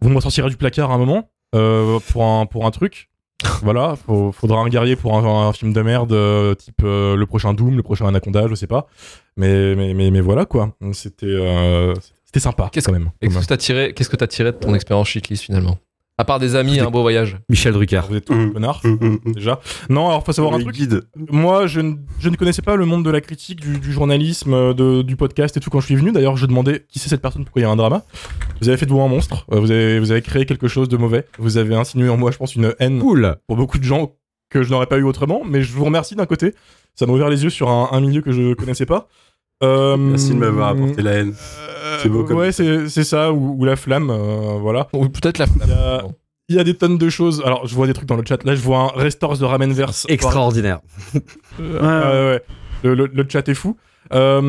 Speaker 4: vous me ressortirez du placard à un moment euh, pour un pour un truc. voilà, faut- faudra un guerrier pour un, un film de merde euh, type euh, le prochain Doom, le prochain Anaconda, je sais pas. Mais mais mais, mais voilà quoi. C'était euh, c'était sympa
Speaker 1: Qu'est-ce
Speaker 4: quand même.
Speaker 1: Qu'est-ce que t'as tiré Qu'est-ce que t'as tiré de ton expérience shitlist finalement À part des amis et un beau voyage.
Speaker 5: Michel Drucker.
Speaker 4: Alors, vous êtes tous des connards, déjà. Non, alors faut savoir un
Speaker 3: Mm. Le
Speaker 4: truc. Mm.
Speaker 3: guide.
Speaker 4: Moi, je ne, je ne connaissais pas le monde de la critique, du, du journalisme, euh, de- du podcast et tout quand je suis venu. D'ailleurs, je demandais qui c'est cette personne, pourquoi il y a un drama. Vous avez fait de moi un monstre, euh, vous avez, vous avez créé quelque chose de mauvais, vous avez insinué en moi, je pense, une haine
Speaker 5: Cool.
Speaker 4: pour beaucoup de gens que je n'aurais pas eu autrement, mais je vous remercie d'un côté. Ça m'a ouvert les yeux sur un, un milieu que je connaissais pas. Euh,
Speaker 3: Merci de m'avoir apporté la haine.
Speaker 4: euh,
Speaker 3: C'est beau comme-
Speaker 4: Ouais, c'est c'est ça, ou, ou la flamme, euh, voilà.
Speaker 1: Ou peut-être la.
Speaker 4: Il y, a,
Speaker 1: Bon.
Speaker 4: il y a des tonnes de choses. Alors, je vois des trucs dans le chat. Là, je vois un Restore the Ramenverse.
Speaker 5: Extraordinaire.
Speaker 4: Ah,
Speaker 2: Euh,
Speaker 4: Ouais, ouais. Le, le- le chat est fou. Euh,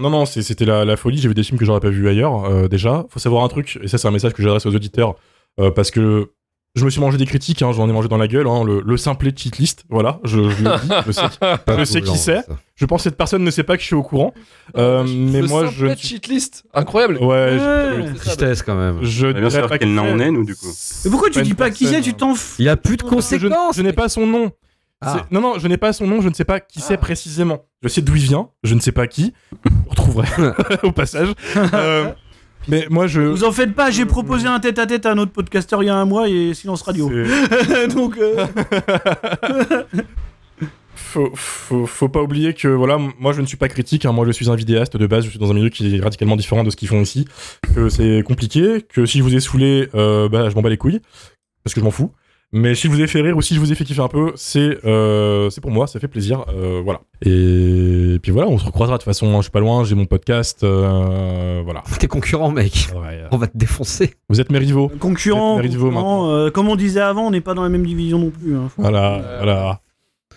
Speaker 4: non, non, c'est- c'était la, la folie. J'ai vu des films que j'aurais pas vu ailleurs euh, déjà. Faut savoir un truc, et ça, c'est un message que j'adresse aux auditeurs euh, parce que je me suis mangé des critiques, hein, j'en ai mangé dans la gueule. hein, le, le simplet cheat list, voilà, je, je le dis,
Speaker 3: [laughs]
Speaker 4: je sais. Je sais qui c'est. Je pense que cette personne ne sait pas que je suis au courant. Euh, mais
Speaker 1: Le
Speaker 4: moi,
Speaker 1: simple
Speaker 4: je. ne suis- Oh,
Speaker 1: shitlist incroyable.
Speaker 4: Euh, Ouais, je-
Speaker 2: Ouais.
Speaker 5: Tristesse quand même.
Speaker 4: je.
Speaker 3: va bien
Speaker 4: dirais
Speaker 3: savoir
Speaker 4: pas
Speaker 3: qu'elle
Speaker 4: qui
Speaker 3: n'en
Speaker 4: c'est.
Speaker 3: est, nous, du coup.
Speaker 2: Mais pourquoi tu
Speaker 4: Pas une
Speaker 2: dis pas qui c'est
Speaker 4: personne, hein.
Speaker 2: Tu t'en fous
Speaker 5: Il y a plus de
Speaker 4: Je, je
Speaker 5: conséquences.
Speaker 4: n'ai pas son nom.
Speaker 5: Ah.
Speaker 4: C'est- Non, non, je n'ai pas son nom, je ne sais pas qui
Speaker 2: Ah.
Speaker 4: c'est précisément. Je sais d'où il vient, je ne sais pas qui. Vous retrouverez [laughs] au passage. Euh, mais moi, je.
Speaker 2: Vous en faites pas, j'ai proposé un tête-à-tête à un autre podcasteur il y a un mois et silence radio.
Speaker 4: C'est-
Speaker 2: [laughs] Donc,
Speaker 4: [laughs]
Speaker 2: euh,
Speaker 4: Faut, faut, faut pas oublier que voilà, m- moi je ne suis pas critique, hein, moi je suis un vidéaste de base, je suis dans un milieu qui est radicalement différent de ce qu'ils font ici, que c'est compliqué, que si je vous ai saoulé, euh, bah, je m'en bats les couilles, parce que je m'en fous. Mais si je vous ai fait rire ou si je vous ai fait kiffer un peu, c'est euh, c'est pour moi, ça fait plaisir. euh, voilà. Et... puis voilà, on se recroisera de toute façon. hein, je suis pas loin, j'ai mon podcast. euh, voilà.
Speaker 5: [laughs] T'es concurrent, mec.
Speaker 4: Ouais, euh,
Speaker 5: On va te défoncer.
Speaker 4: Vous êtes mes rivaux.
Speaker 1: Euh,
Speaker 2: Concurrent,
Speaker 4: Peut-être Merivo
Speaker 2: concurrent, euh, comme on disait avant, on n'est pas dans la même division non plus. hein.
Speaker 4: Voilà,
Speaker 1: Euh.
Speaker 4: voilà.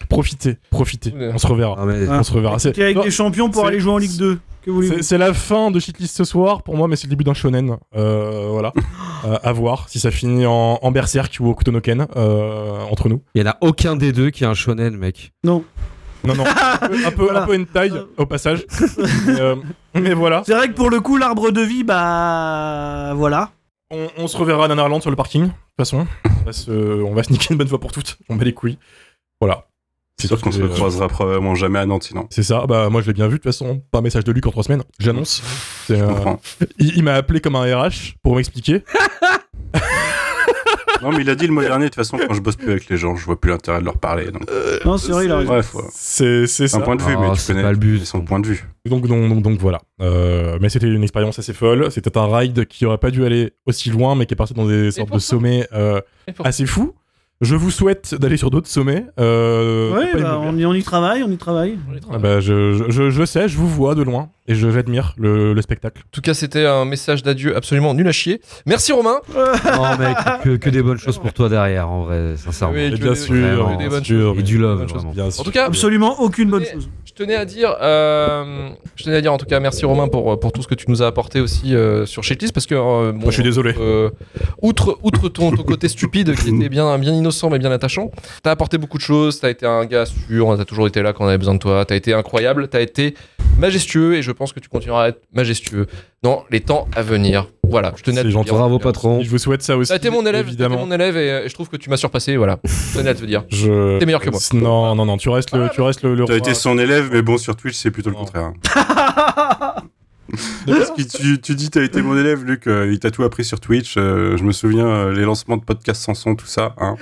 Speaker 4: Profitez, profitez.
Speaker 1: Ouais.
Speaker 4: On se reverra.
Speaker 5: Ah, mais-
Speaker 2: Ouais.
Speaker 4: On se reverra. Bah, C'est
Speaker 2: T'es Hein avec
Speaker 4: non,
Speaker 2: des champions pour
Speaker 4: c'est-
Speaker 2: aller jouer en Ligue 2. Que
Speaker 4: c'est-
Speaker 2: voulez-vous
Speaker 4: c'est la fin de Shitlist ce soir pour moi, mais c'est le début d'un shonen. Euh,
Speaker 2: [laughs]
Speaker 4: voilà. Euh, à voir si ça finit en, en Berserk ou au Kutonoken euh, entre nous.
Speaker 5: Il y en a aucun des deux qui a un shonen, mec.
Speaker 4: Non, non. un peu, un peu,
Speaker 2: Voilà.
Speaker 4: un peu hentai,
Speaker 2: Euh.
Speaker 4: au passage. mais, euh, mais voilà.
Speaker 2: C'est vrai que pour le coup, l'arbre de vie, bah voilà.
Speaker 4: On, on se reverra à Nanarland sur le parking. De toute façon, on va, se, on va se niquer une bonne fois pour toutes. On met les couilles. Voilà.
Speaker 3: C'est sûr
Speaker 4: tout,
Speaker 3: qu'on se
Speaker 4: euh,
Speaker 3: croisera probablement jamais à Nantes, sinon.
Speaker 4: C'est ça, bah moi je l'ai bien vu de toute façon, pas un message de Luc en trois semaines, j'annonce. C'est,
Speaker 3: Je
Speaker 4: euh,
Speaker 3: comprends.
Speaker 4: il il m'a appelé comme un RH pour m'expliquer.
Speaker 3: Non, mais il a dit le mois dernier, de toute façon, quand je bosse plus avec les gens, je vois plus l'intérêt de leur parler. Donc,
Speaker 2: Non, c'est vrai, il a raison.
Speaker 3: bref, voilà.
Speaker 4: C'est Euh, c'est
Speaker 3: un
Speaker 4: ça.
Speaker 3: point de vue,
Speaker 5: Ah,
Speaker 3: mais tu
Speaker 5: c'est
Speaker 3: connais
Speaker 5: pas le but.
Speaker 3: son point de vue.
Speaker 4: Donc, donc, donc, donc voilà. Euh, mais c'était une expérience assez folle. C'était un ride qui aurait pas dû aller aussi loin, mais qui est parti dans des sortes de
Speaker 1: pourquoi
Speaker 4: sommets euh,
Speaker 1: Et pour-
Speaker 4: assez fous. Je vous souhaite d'aller sur d'autres sommets. Euh,
Speaker 2: Ouais,
Speaker 4: pas une
Speaker 2: bah,
Speaker 4: blague.
Speaker 2: on, y, on y travaille, on y travaille.
Speaker 4: Ah bah, je, je- je, je sais, je vous vois de loin et je- j'admire le, le spectacle.
Speaker 1: En tout cas, c'était un message d'adieu absolument nul à chier. Merci Romain.
Speaker 5: [laughs] Non, mec, que, que des bonnes choses pour toi derrière, en vrai, sincèrement.
Speaker 1: Oui, Et que
Speaker 4: bien
Speaker 1: des-
Speaker 4: sûr,
Speaker 5: vraiment,
Speaker 1: des
Speaker 4: bien
Speaker 1: bonnes
Speaker 4: sûr,
Speaker 5: Et du love,
Speaker 1: bonne chose.
Speaker 5: vraiment.
Speaker 4: bien sûr.
Speaker 1: En tout cas,
Speaker 2: Absolument aucune bonne
Speaker 1: Mais-
Speaker 2: chose.
Speaker 1: Je tenais à dire, euh, je tenais à dire en tout cas merci Romain pour, pour tout ce que tu nous as apporté aussi euh, sur Shitlist parce que euh, bon,
Speaker 4: Moi, je suis désolé.
Speaker 1: euh, outre outre ton, ton côté stupide qui était bien bien innocent mais bien attachant, t'as apporté beaucoup de choses, t'as été un gars sûr, hein, t'as toujours été là quand on avait besoin de toi, t'as été incroyable, t'as été majestueux et je pense que tu continueras à être majestueux dans les temps à venir. Voilà, je tenais à
Speaker 4: C'est
Speaker 1: te
Speaker 4: gentil.
Speaker 1: dire.
Speaker 5: Bravo, patron.
Speaker 4: Je vous souhaite ça aussi.
Speaker 1: T'as été mon élève, t'as été
Speaker 4: évidemment.
Speaker 1: mon élève et, euh, et je trouve que tu m'as surpassé. Voilà, je tenais à te le dire.
Speaker 4: Je...
Speaker 1: T'es meilleur que moi.
Speaker 4: Non, non, non, tu restes le, tu restes le, le
Speaker 3: T'as
Speaker 4: roi.
Speaker 3: été son élève, mais bon, sur Twitch, c'est plutôt le
Speaker 4: [laughs] Non.
Speaker 3: contraire. hein. Parce que tu, tu dis, t'as été mon élève, Luc, euh, il t'a tout appris sur Twitch. euh, je me souviens, euh, les lancements de podcasts sans son, tout ça. hein.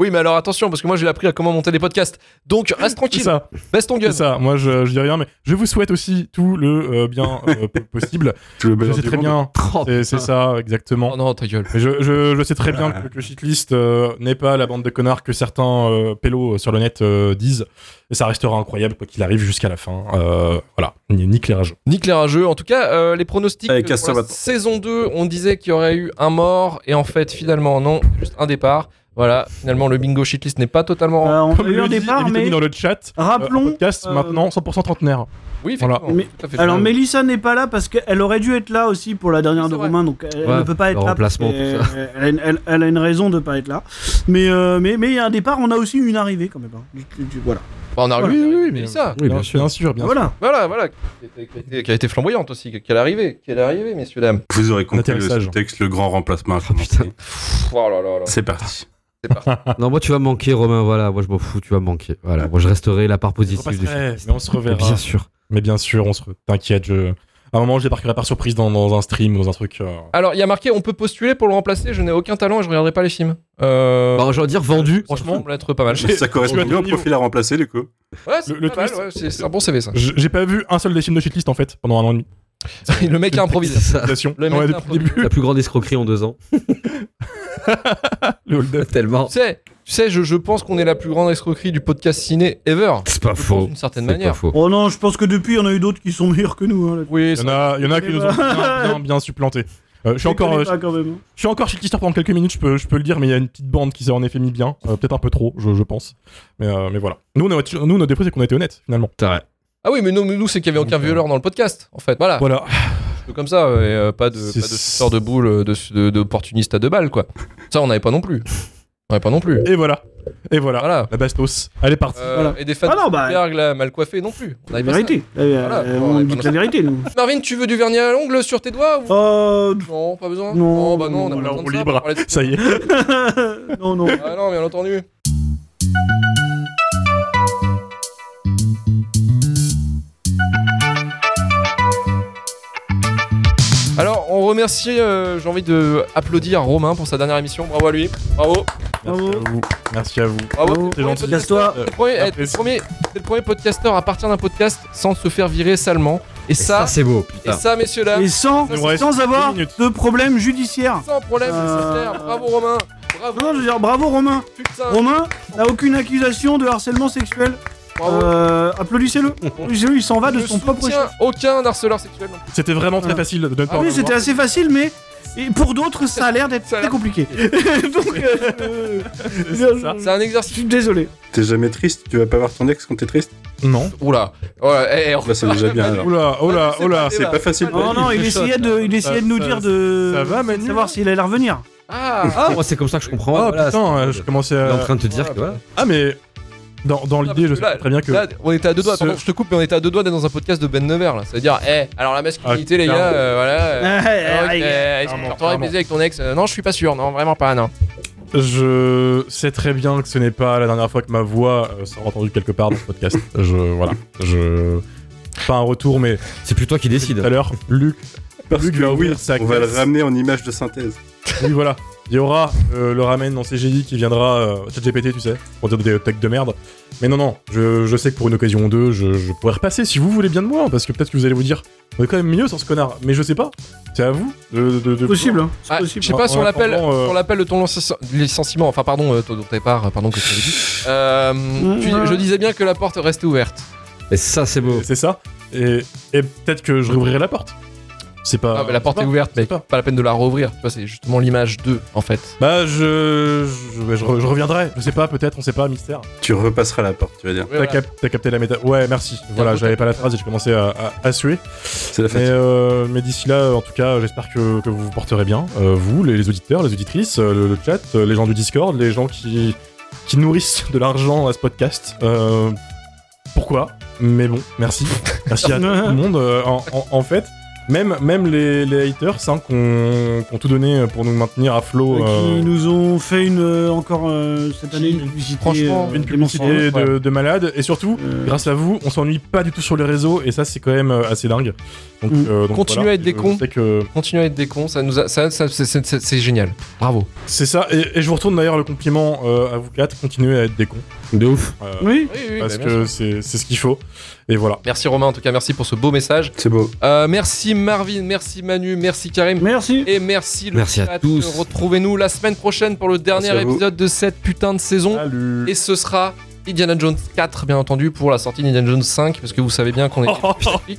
Speaker 1: Oui, mais alors attention parce que moi j'ai appris à comment monter des podcasts. Donc reste
Speaker 4: C'est
Speaker 1: tranquille,
Speaker 4: ça,
Speaker 1: baisse ton
Speaker 4: c'est
Speaker 1: gueule.
Speaker 4: ça. Moi, je, je dis rien, mais je vous souhaite aussi tout le euh, bien euh, p- possible.
Speaker 3: Tout le
Speaker 4: Je
Speaker 3: bonheur
Speaker 4: sais
Speaker 3: du
Speaker 4: très
Speaker 3: monde.
Speaker 4: bien,
Speaker 5: Oh,
Speaker 4: c'est c'est ça, exactement.
Speaker 1: Oh non, ta gueule.
Speaker 4: Mais Je, je, je sais très bien que, que Shitlist euh, n'est pas la bande de connards que certains euh, pélos sur le net euh, disent. Et ça restera incroyable, quoi qu'il arrive jusqu'à la fin. Euh, voilà, ni, ni clairage.
Speaker 1: Nick les rageux. En tout cas, euh, les pronostics
Speaker 3: Allez,
Speaker 1: pour
Speaker 3: casse-toi
Speaker 1: la
Speaker 3: maintenant.
Speaker 1: saison 2, on disait qu'il y aurait eu un mort et en fait, finalement, non, juste un départ. Voilà, finalement, le bingo shitlist n'est pas totalement.
Speaker 2: Euh, on a
Speaker 4: Comme
Speaker 2: eu
Speaker 4: le
Speaker 2: un
Speaker 4: dit
Speaker 2: départ,
Speaker 4: Evitoni
Speaker 2: mais
Speaker 4: dans le chat, euh, un
Speaker 2: rappelons.
Speaker 4: podcast
Speaker 2: euh,
Speaker 4: maintenant 100% trentenaire.
Speaker 1: oui,
Speaker 4: voilà.
Speaker 1: effectivement.
Speaker 2: Mais-
Speaker 1: tout à fait.
Speaker 2: Alors,
Speaker 1: Ouais.
Speaker 2: Mélissa n'est pas là parce qu'elle aurait dû être là aussi pour la dernière
Speaker 1: C'est
Speaker 2: de
Speaker 1: vrai.
Speaker 2: Romain, donc elle
Speaker 5: Ouais,
Speaker 2: ne peut pas
Speaker 5: le
Speaker 2: être là. parce
Speaker 5: remplacement,
Speaker 2: que,
Speaker 5: tout
Speaker 2: euh, [laughs] Elle, elle- elle a une raison de ne pas être là. Mais euh, mais mais il y a un départ, on a aussi une arrivée quand même. hein. Du- du- du- Voilà.
Speaker 1: Bah, on a
Speaker 2: Voilà.
Speaker 1: oui, oui, oui, mais ça.
Speaker 5: Oui, bien sûr.
Speaker 4: Bien sûr, bien sûr.
Speaker 2: Voilà.
Speaker 1: Voilà, voilà. Qui a été- qui a été flamboyante aussi, qui est arrivée, qui est arrivée, messieurs, dames.
Speaker 3: Vous aurez compris
Speaker 4: Atterrissage.
Speaker 3: le texte, le grand remplacement. a commencé.
Speaker 5: putain.
Speaker 1: Pff, oh là là là.
Speaker 3: C'est
Speaker 4: [laughs]
Speaker 3: parti.
Speaker 5: Non, moi, tu vas me manquer, Romain, voilà. Moi, je m'en fous, tu vas me manquer. Voilà, moi, je resterai la part
Speaker 4: Je
Speaker 5: positive du
Speaker 4: repasserai,
Speaker 5: film.
Speaker 4: mais on se reverra.
Speaker 5: Bien sûr.
Speaker 4: Mais bien sûr, on se re- t'inquiète, je... à un moment je débarquerai par surprise dans, dans un stream, dans un truc. euh,
Speaker 1: Alors, il y a marqué on peut postuler pour le remplacer, je n'ai aucun talent et je regarderai pas les films. Euh,
Speaker 5: Bah, j'ai envie de dire vendu.
Speaker 1: franchement, ça me semble être
Speaker 4: [laughs]
Speaker 1: pas mal.
Speaker 4: J'ai-
Speaker 3: Ça correspond
Speaker 4: j'ai-
Speaker 3: bien au profil à remplacer, du coup.
Speaker 1: Ouais, c'est
Speaker 4: Le- le
Speaker 1: pas mal,
Speaker 4: twist-
Speaker 1: ouais, c'est c'est un bon CV ça.
Speaker 4: J- J'ai pas vu un seul des films de shitlist en fait pendant un an et demi.
Speaker 1: [laughs] le mec a improvisé.
Speaker 5: C'est ça.
Speaker 4: Citation.
Speaker 1: Le
Speaker 4: Non,
Speaker 1: mec
Speaker 4: ouais,
Speaker 1: a
Speaker 4: depuis le début,
Speaker 5: La plus grande escroquerie
Speaker 1: [laughs]
Speaker 5: en deux ans.
Speaker 4: le hold-up.
Speaker 5: Tellement.
Speaker 1: Tu sais, tu sais, je, je pense qu'on est la plus grande escroquerie du podcast ciné ever.
Speaker 5: C'est pas
Speaker 1: Je pense
Speaker 5: faux.
Speaker 1: D'une certaine
Speaker 5: C'est pas
Speaker 1: manière.
Speaker 5: faux.
Speaker 2: Oh non, je pense que depuis, on a eu d'autres qui sont meilleurs que nous. hein, là.
Speaker 1: Oui,
Speaker 4: Il y
Speaker 1: ça-
Speaker 4: en a, il y en a qui nous ont bien, bien, bien supplantés. Euh, je suis encore,
Speaker 2: Déconnez
Speaker 4: euh,
Speaker 2: pas, quand même. hein.
Speaker 4: je suis encore shitlister pendant quelques minutes, je peux, je peux le dire, mais il y a une petite bande qui s'est en effet mis bien, Euh, peut-être un peu trop, je, je pense. Mais, euh, mais voilà. Nous, notre, nous, notre défaut, c'est qu'on était honnête finalement.
Speaker 1: ah oui, mais nous, nous, c'est qu'il y avait aucun violeur dans le podcast, en fait. Voilà,
Speaker 4: Voilà.
Speaker 1: un peu comme ça, et euh, pas de, pas
Speaker 4: C'est-
Speaker 1: de sorteur de boule, euh, de- de- d'opportuniste à deux balles, quoi. Ça, on n'avait pas non plus. On n'avait pas non plus.
Speaker 4: Et voilà. Et voilà.
Speaker 1: Voilà.
Speaker 4: La bastos. Allez, parti.
Speaker 1: Euh,
Speaker 2: Voilà.
Speaker 1: Et des fans
Speaker 2: Ah non,
Speaker 1: de
Speaker 2: bah-
Speaker 1: Spielberg, là, mal coiffés non plus. On
Speaker 2: La
Speaker 1: n'avait pas
Speaker 2: vérité. Euh,
Speaker 1: Voilà,
Speaker 2: euh,
Speaker 1: bon,
Speaker 2: on
Speaker 1: ouais,
Speaker 2: dit
Speaker 1: bon,
Speaker 2: la
Speaker 1: [laughs]
Speaker 2: vérité, nous.
Speaker 1: ça. Marvin, tu veux du vernis à l'ongle sur tes doigts ou...
Speaker 2: Euh,
Speaker 1: Non, pas besoin.
Speaker 2: Non.
Speaker 1: bah non, on a
Speaker 4: Voilà,
Speaker 1: pas
Speaker 4: on
Speaker 1: besoin de ça
Speaker 4: libre.
Speaker 1: pour parler de-
Speaker 4: Ça y est.
Speaker 2: non, non.
Speaker 1: Ah non, bien entendu. Alors, on remercie, euh, j'ai envie de applaudir Romain pour sa dernière émission. Bravo à lui. Bravo.
Speaker 4: Merci à vous. Merci à vous.
Speaker 2: Oh,
Speaker 1: Bravo.
Speaker 4: C'est gentil. Euh,
Speaker 2: Casse-toi.
Speaker 1: T'es le premier- eh, t'es le
Speaker 4: Merci.
Speaker 1: premier- t'es le premier podcasteur à partir d'un podcast sans se faire virer salement. Et
Speaker 5: Ça,
Speaker 1: ça,
Speaker 5: c'est beau,
Speaker 1: et
Speaker 5: putain.
Speaker 1: ça, messieurs là,
Speaker 2: Et sans,
Speaker 4: Il nous reste
Speaker 2: sans avoir
Speaker 4: dix minutes.
Speaker 2: de problème judiciaire.
Speaker 1: sans problème,
Speaker 2: Euh.
Speaker 1: c'est clair. Bravo Romain. Bravo.
Speaker 2: Non, non, je veux dire, bravo Romain.
Speaker 1: Putain.
Speaker 2: Romain n'a aucune accusation de harcèlement sexuel.
Speaker 1: bravo.
Speaker 2: Euh, applaudissez-le. [laughs] Applaudissez-le, il s'en va de
Speaker 1: Ne
Speaker 2: son propre
Speaker 1: soutiens
Speaker 2: chef.
Speaker 1: aucun harceleur
Speaker 2: [laughs]
Speaker 1: sexuel.
Speaker 4: C'était vraiment très
Speaker 2: Voilà.
Speaker 4: facile de ne pas.
Speaker 1: Ah
Speaker 4: en
Speaker 2: Oui,
Speaker 1: oui,
Speaker 2: c'était
Speaker 4: avoir.
Speaker 2: assez facile, mais et pour d'autres, ça a l'air d'être
Speaker 1: Ça a
Speaker 2: très
Speaker 1: l'air-
Speaker 2: compliqué. Donc, euh, je-
Speaker 1: C'est un
Speaker 2: je
Speaker 1: exercice.
Speaker 2: suis désolé.
Speaker 3: T'es jamais triste, tu vas pas voir ton ex quand t'es triste.
Speaker 4: Non.
Speaker 1: Oula. Oula, eh, eh,
Speaker 3: Bah, c'est déjà bien alors.
Speaker 4: Oula, oula,
Speaker 1: Ah, c'est
Speaker 4: oula.
Speaker 1: pas-
Speaker 3: C'est pas facile.
Speaker 1: Ouais,
Speaker 2: [laughs] Non, non,
Speaker 4: il
Speaker 2: il
Speaker 4: fait chaud,
Speaker 2: essayait de, il essayait de nous
Speaker 4: Ça-
Speaker 2: dire de,
Speaker 4: ça va, Manu
Speaker 2: de savoir s'il allait
Speaker 4: [laughs]
Speaker 2: revenir.
Speaker 1: Ah.
Speaker 5: Moi, c'est comme ça que je comprends.
Speaker 4: Oh
Speaker 5: voilà,
Speaker 4: putain,
Speaker 5: c'est-
Speaker 4: euh, je commençais
Speaker 5: Il est
Speaker 4: à.
Speaker 5: en train de te dire
Speaker 1: voilà,
Speaker 5: que voilà.
Speaker 4: Ah, mais. Dans, dans l'idée, je
Speaker 1: Là,
Speaker 4: sais très bien que.
Speaker 1: Là, on était à deux doigts.
Speaker 4: Ce-
Speaker 1: Pardon, je te coupe, mais on était à deux doigts d'être dans un podcast de Ben Nevers là. C'est-à-dire, eh, alors la masculinité,
Speaker 4: Ah,
Speaker 1: les gars,
Speaker 4: clairement.
Speaker 1: euh, voilà. euh, Ah, ok,
Speaker 2: Ah,
Speaker 1: euh, Est-ce que
Speaker 4: Clairement,
Speaker 1: tu t'aurais
Speaker 4: clairement.
Speaker 1: plaisir avec ton ex Euh, Non, je suis pas sûr, non, vraiment pas, non.
Speaker 4: Je sais très bien que ce n'est pas la dernière fois que ma voix euh, sera entendue quelque part dans ce
Speaker 1: [laughs]
Speaker 4: podcast. Je voilà, je pas un retour, mais
Speaker 5: C'est plus toi qui décide.
Speaker 4: tout à l'heure, Luc,
Speaker 3: Parce
Speaker 4: Luc
Speaker 3: que
Speaker 4: va
Speaker 3: oui,
Speaker 4: ouvrir sa
Speaker 3: on va le
Speaker 4: caisse.
Speaker 3: ramener en image de synthèse.
Speaker 4: oui voilà, il y aura euh, le ramen dans CGI qui viendra euh, ChatGPT, tu sais, pour dire des techs de merde. Mais non non, je, je sais que pour une occasion ou deux, je, je pourrais repasser si vous voulez bien de moi, parce que peut-être que vous allez vous dire, on est quand même mieux sans ce connard. Mais je sais pas, c'est à vous de, de- de-
Speaker 2: possible, hein, c'est
Speaker 1: Ah, je
Speaker 2: possible.
Speaker 1: sais pas si
Speaker 4: En-
Speaker 1: on
Speaker 4: en
Speaker 1: l'appelle
Speaker 4: attendant, euh,
Speaker 1: on l'appelle le ton licenci- licenciement, enfin pardon, euh, ton ton départ, euh, pardon que je t'avais dit. Euh, tu- je disais bien que la porte restait ouverte.
Speaker 5: Et ça, c'est beau.
Speaker 4: C'est ça. Et, et peut-être que je rouvrirai la porte. C'est pas.
Speaker 1: Ah, mais la porte
Speaker 4: c'est
Speaker 1: est
Speaker 4: pas-
Speaker 1: ouverte,
Speaker 4: c'est
Speaker 1: mais
Speaker 4: pas.
Speaker 1: pas la peine de la rouvrir. Tu vois, c'est justement l'image d'eux en fait.
Speaker 4: Bah je je, je- je re- je reviendrai, je sais pas, peut-être, on sait pas, mystère.
Speaker 3: Tu repasseras la porte, tu vas dire.
Speaker 1: Ouais, voilà.
Speaker 4: T'as, cap- t'as capté la méta. Ouais, merci. Voilà,
Speaker 1: beau
Speaker 4: j'avais pas la phrase et j'ai commencé à, à- à suer.
Speaker 3: C'est la
Speaker 4: Mais,
Speaker 3: fatigue.
Speaker 4: euh, mais d'ici là, en tout cas, j'espère que, que vous vous porterez bien. Euh, vous, les, les auditeurs, les auditrices, euh, le, le chat, euh, les gens du Discord, les gens qui, qui nourrissent de l'argent à ce podcast. Euh, pourquoi Mais bon, merci. Merci à tout le monde. euh, en, en- en fait, même, même les, les haters hein, qui ont qui ont tout donné pour nous maintenir à flot. euh,
Speaker 2: Qui nous ont fait une euh, encore euh, cette année une publicité.
Speaker 1: franchement,
Speaker 2: euh,
Speaker 4: une publicité
Speaker 2: démentielle.
Speaker 4: de, de malade et surtout
Speaker 2: Euh,
Speaker 4: grâce à vous on s'ennuie pas du tout sur les réseaux et ça c'est quand même euh, assez dingue donc,
Speaker 2: Mm.
Speaker 4: euh, donc
Speaker 1: Continuez
Speaker 4: voilà,
Speaker 1: à être des
Speaker 4: je
Speaker 1: cons.
Speaker 4: sais que
Speaker 1: Continuez à être des cons, ça nous a- ça, ça- c'est- c'est c'est- c'est génial. Bravo.
Speaker 4: c'est ça et, et je vous retourne d'ailleurs le compliment euh, à vous quatre continuez à être des cons
Speaker 5: De ouf.
Speaker 4: euh,
Speaker 2: Oui,
Speaker 4: parce que c'est c'est ce qu'il faut et voilà
Speaker 1: bah, Merci Romain en tout cas, merci pour ce beau message.
Speaker 3: C'est beau.
Speaker 1: Euh, merci Marvin, merci Manu, merci Karim.
Speaker 2: merci.
Speaker 1: Et merci le
Speaker 5: Merci à
Speaker 1: chat.
Speaker 5: tous.
Speaker 1: Retrouvez-nous la semaine prochaine pour le dernier
Speaker 3: à vous.
Speaker 1: épisode de cette putain de saison.
Speaker 4: salut
Speaker 1: Et ce sera Indiana Jones 4, bien entendu, pour la sortie d'Indiana Jones 5, parce que vous savez bien qu'on est. [laughs]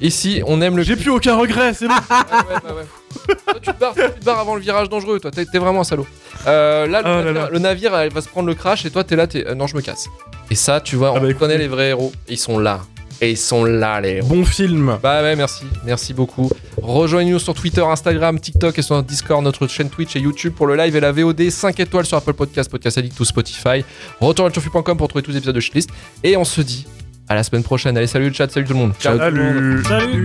Speaker 1: Ici, on aime le.
Speaker 4: Oh. j'ai plus aucun regret c'est bon
Speaker 1: [laughs] Ah ouais, bah ouais. Toi, tu te barres, toi, tu te barres avant le virage dangereux, toi. T'es t'es vraiment un salaud. Euh, là, le,
Speaker 4: Oh là
Speaker 1: navire,
Speaker 4: là.
Speaker 1: le navire, elle va se prendre le crash, et toi, t'es là, t'es. euh, non, je me casse. Et ça, tu vois, on
Speaker 4: bah, écoutez.
Speaker 1: connaît les vrais héros. Ils sont là. Et ils sont là, les héros.
Speaker 4: bon film
Speaker 1: Bah ouais, merci, merci beaucoup. Rejoignez-nous sur Twitter, Instagram, TikTok et sur notre Discord, notre chaîne Twitch et YouTube pour le live et la VOD. 5 étoiles sur Apple Podcast, Podcast Addict ou Spotify. Retour à turfu.com pour trouver tous les épisodes de Shitlist. Et on se dit à la semaine prochaine. Allez, salut le chat, salut tout le monde. Ciao.
Speaker 4: salut
Speaker 2: Salut.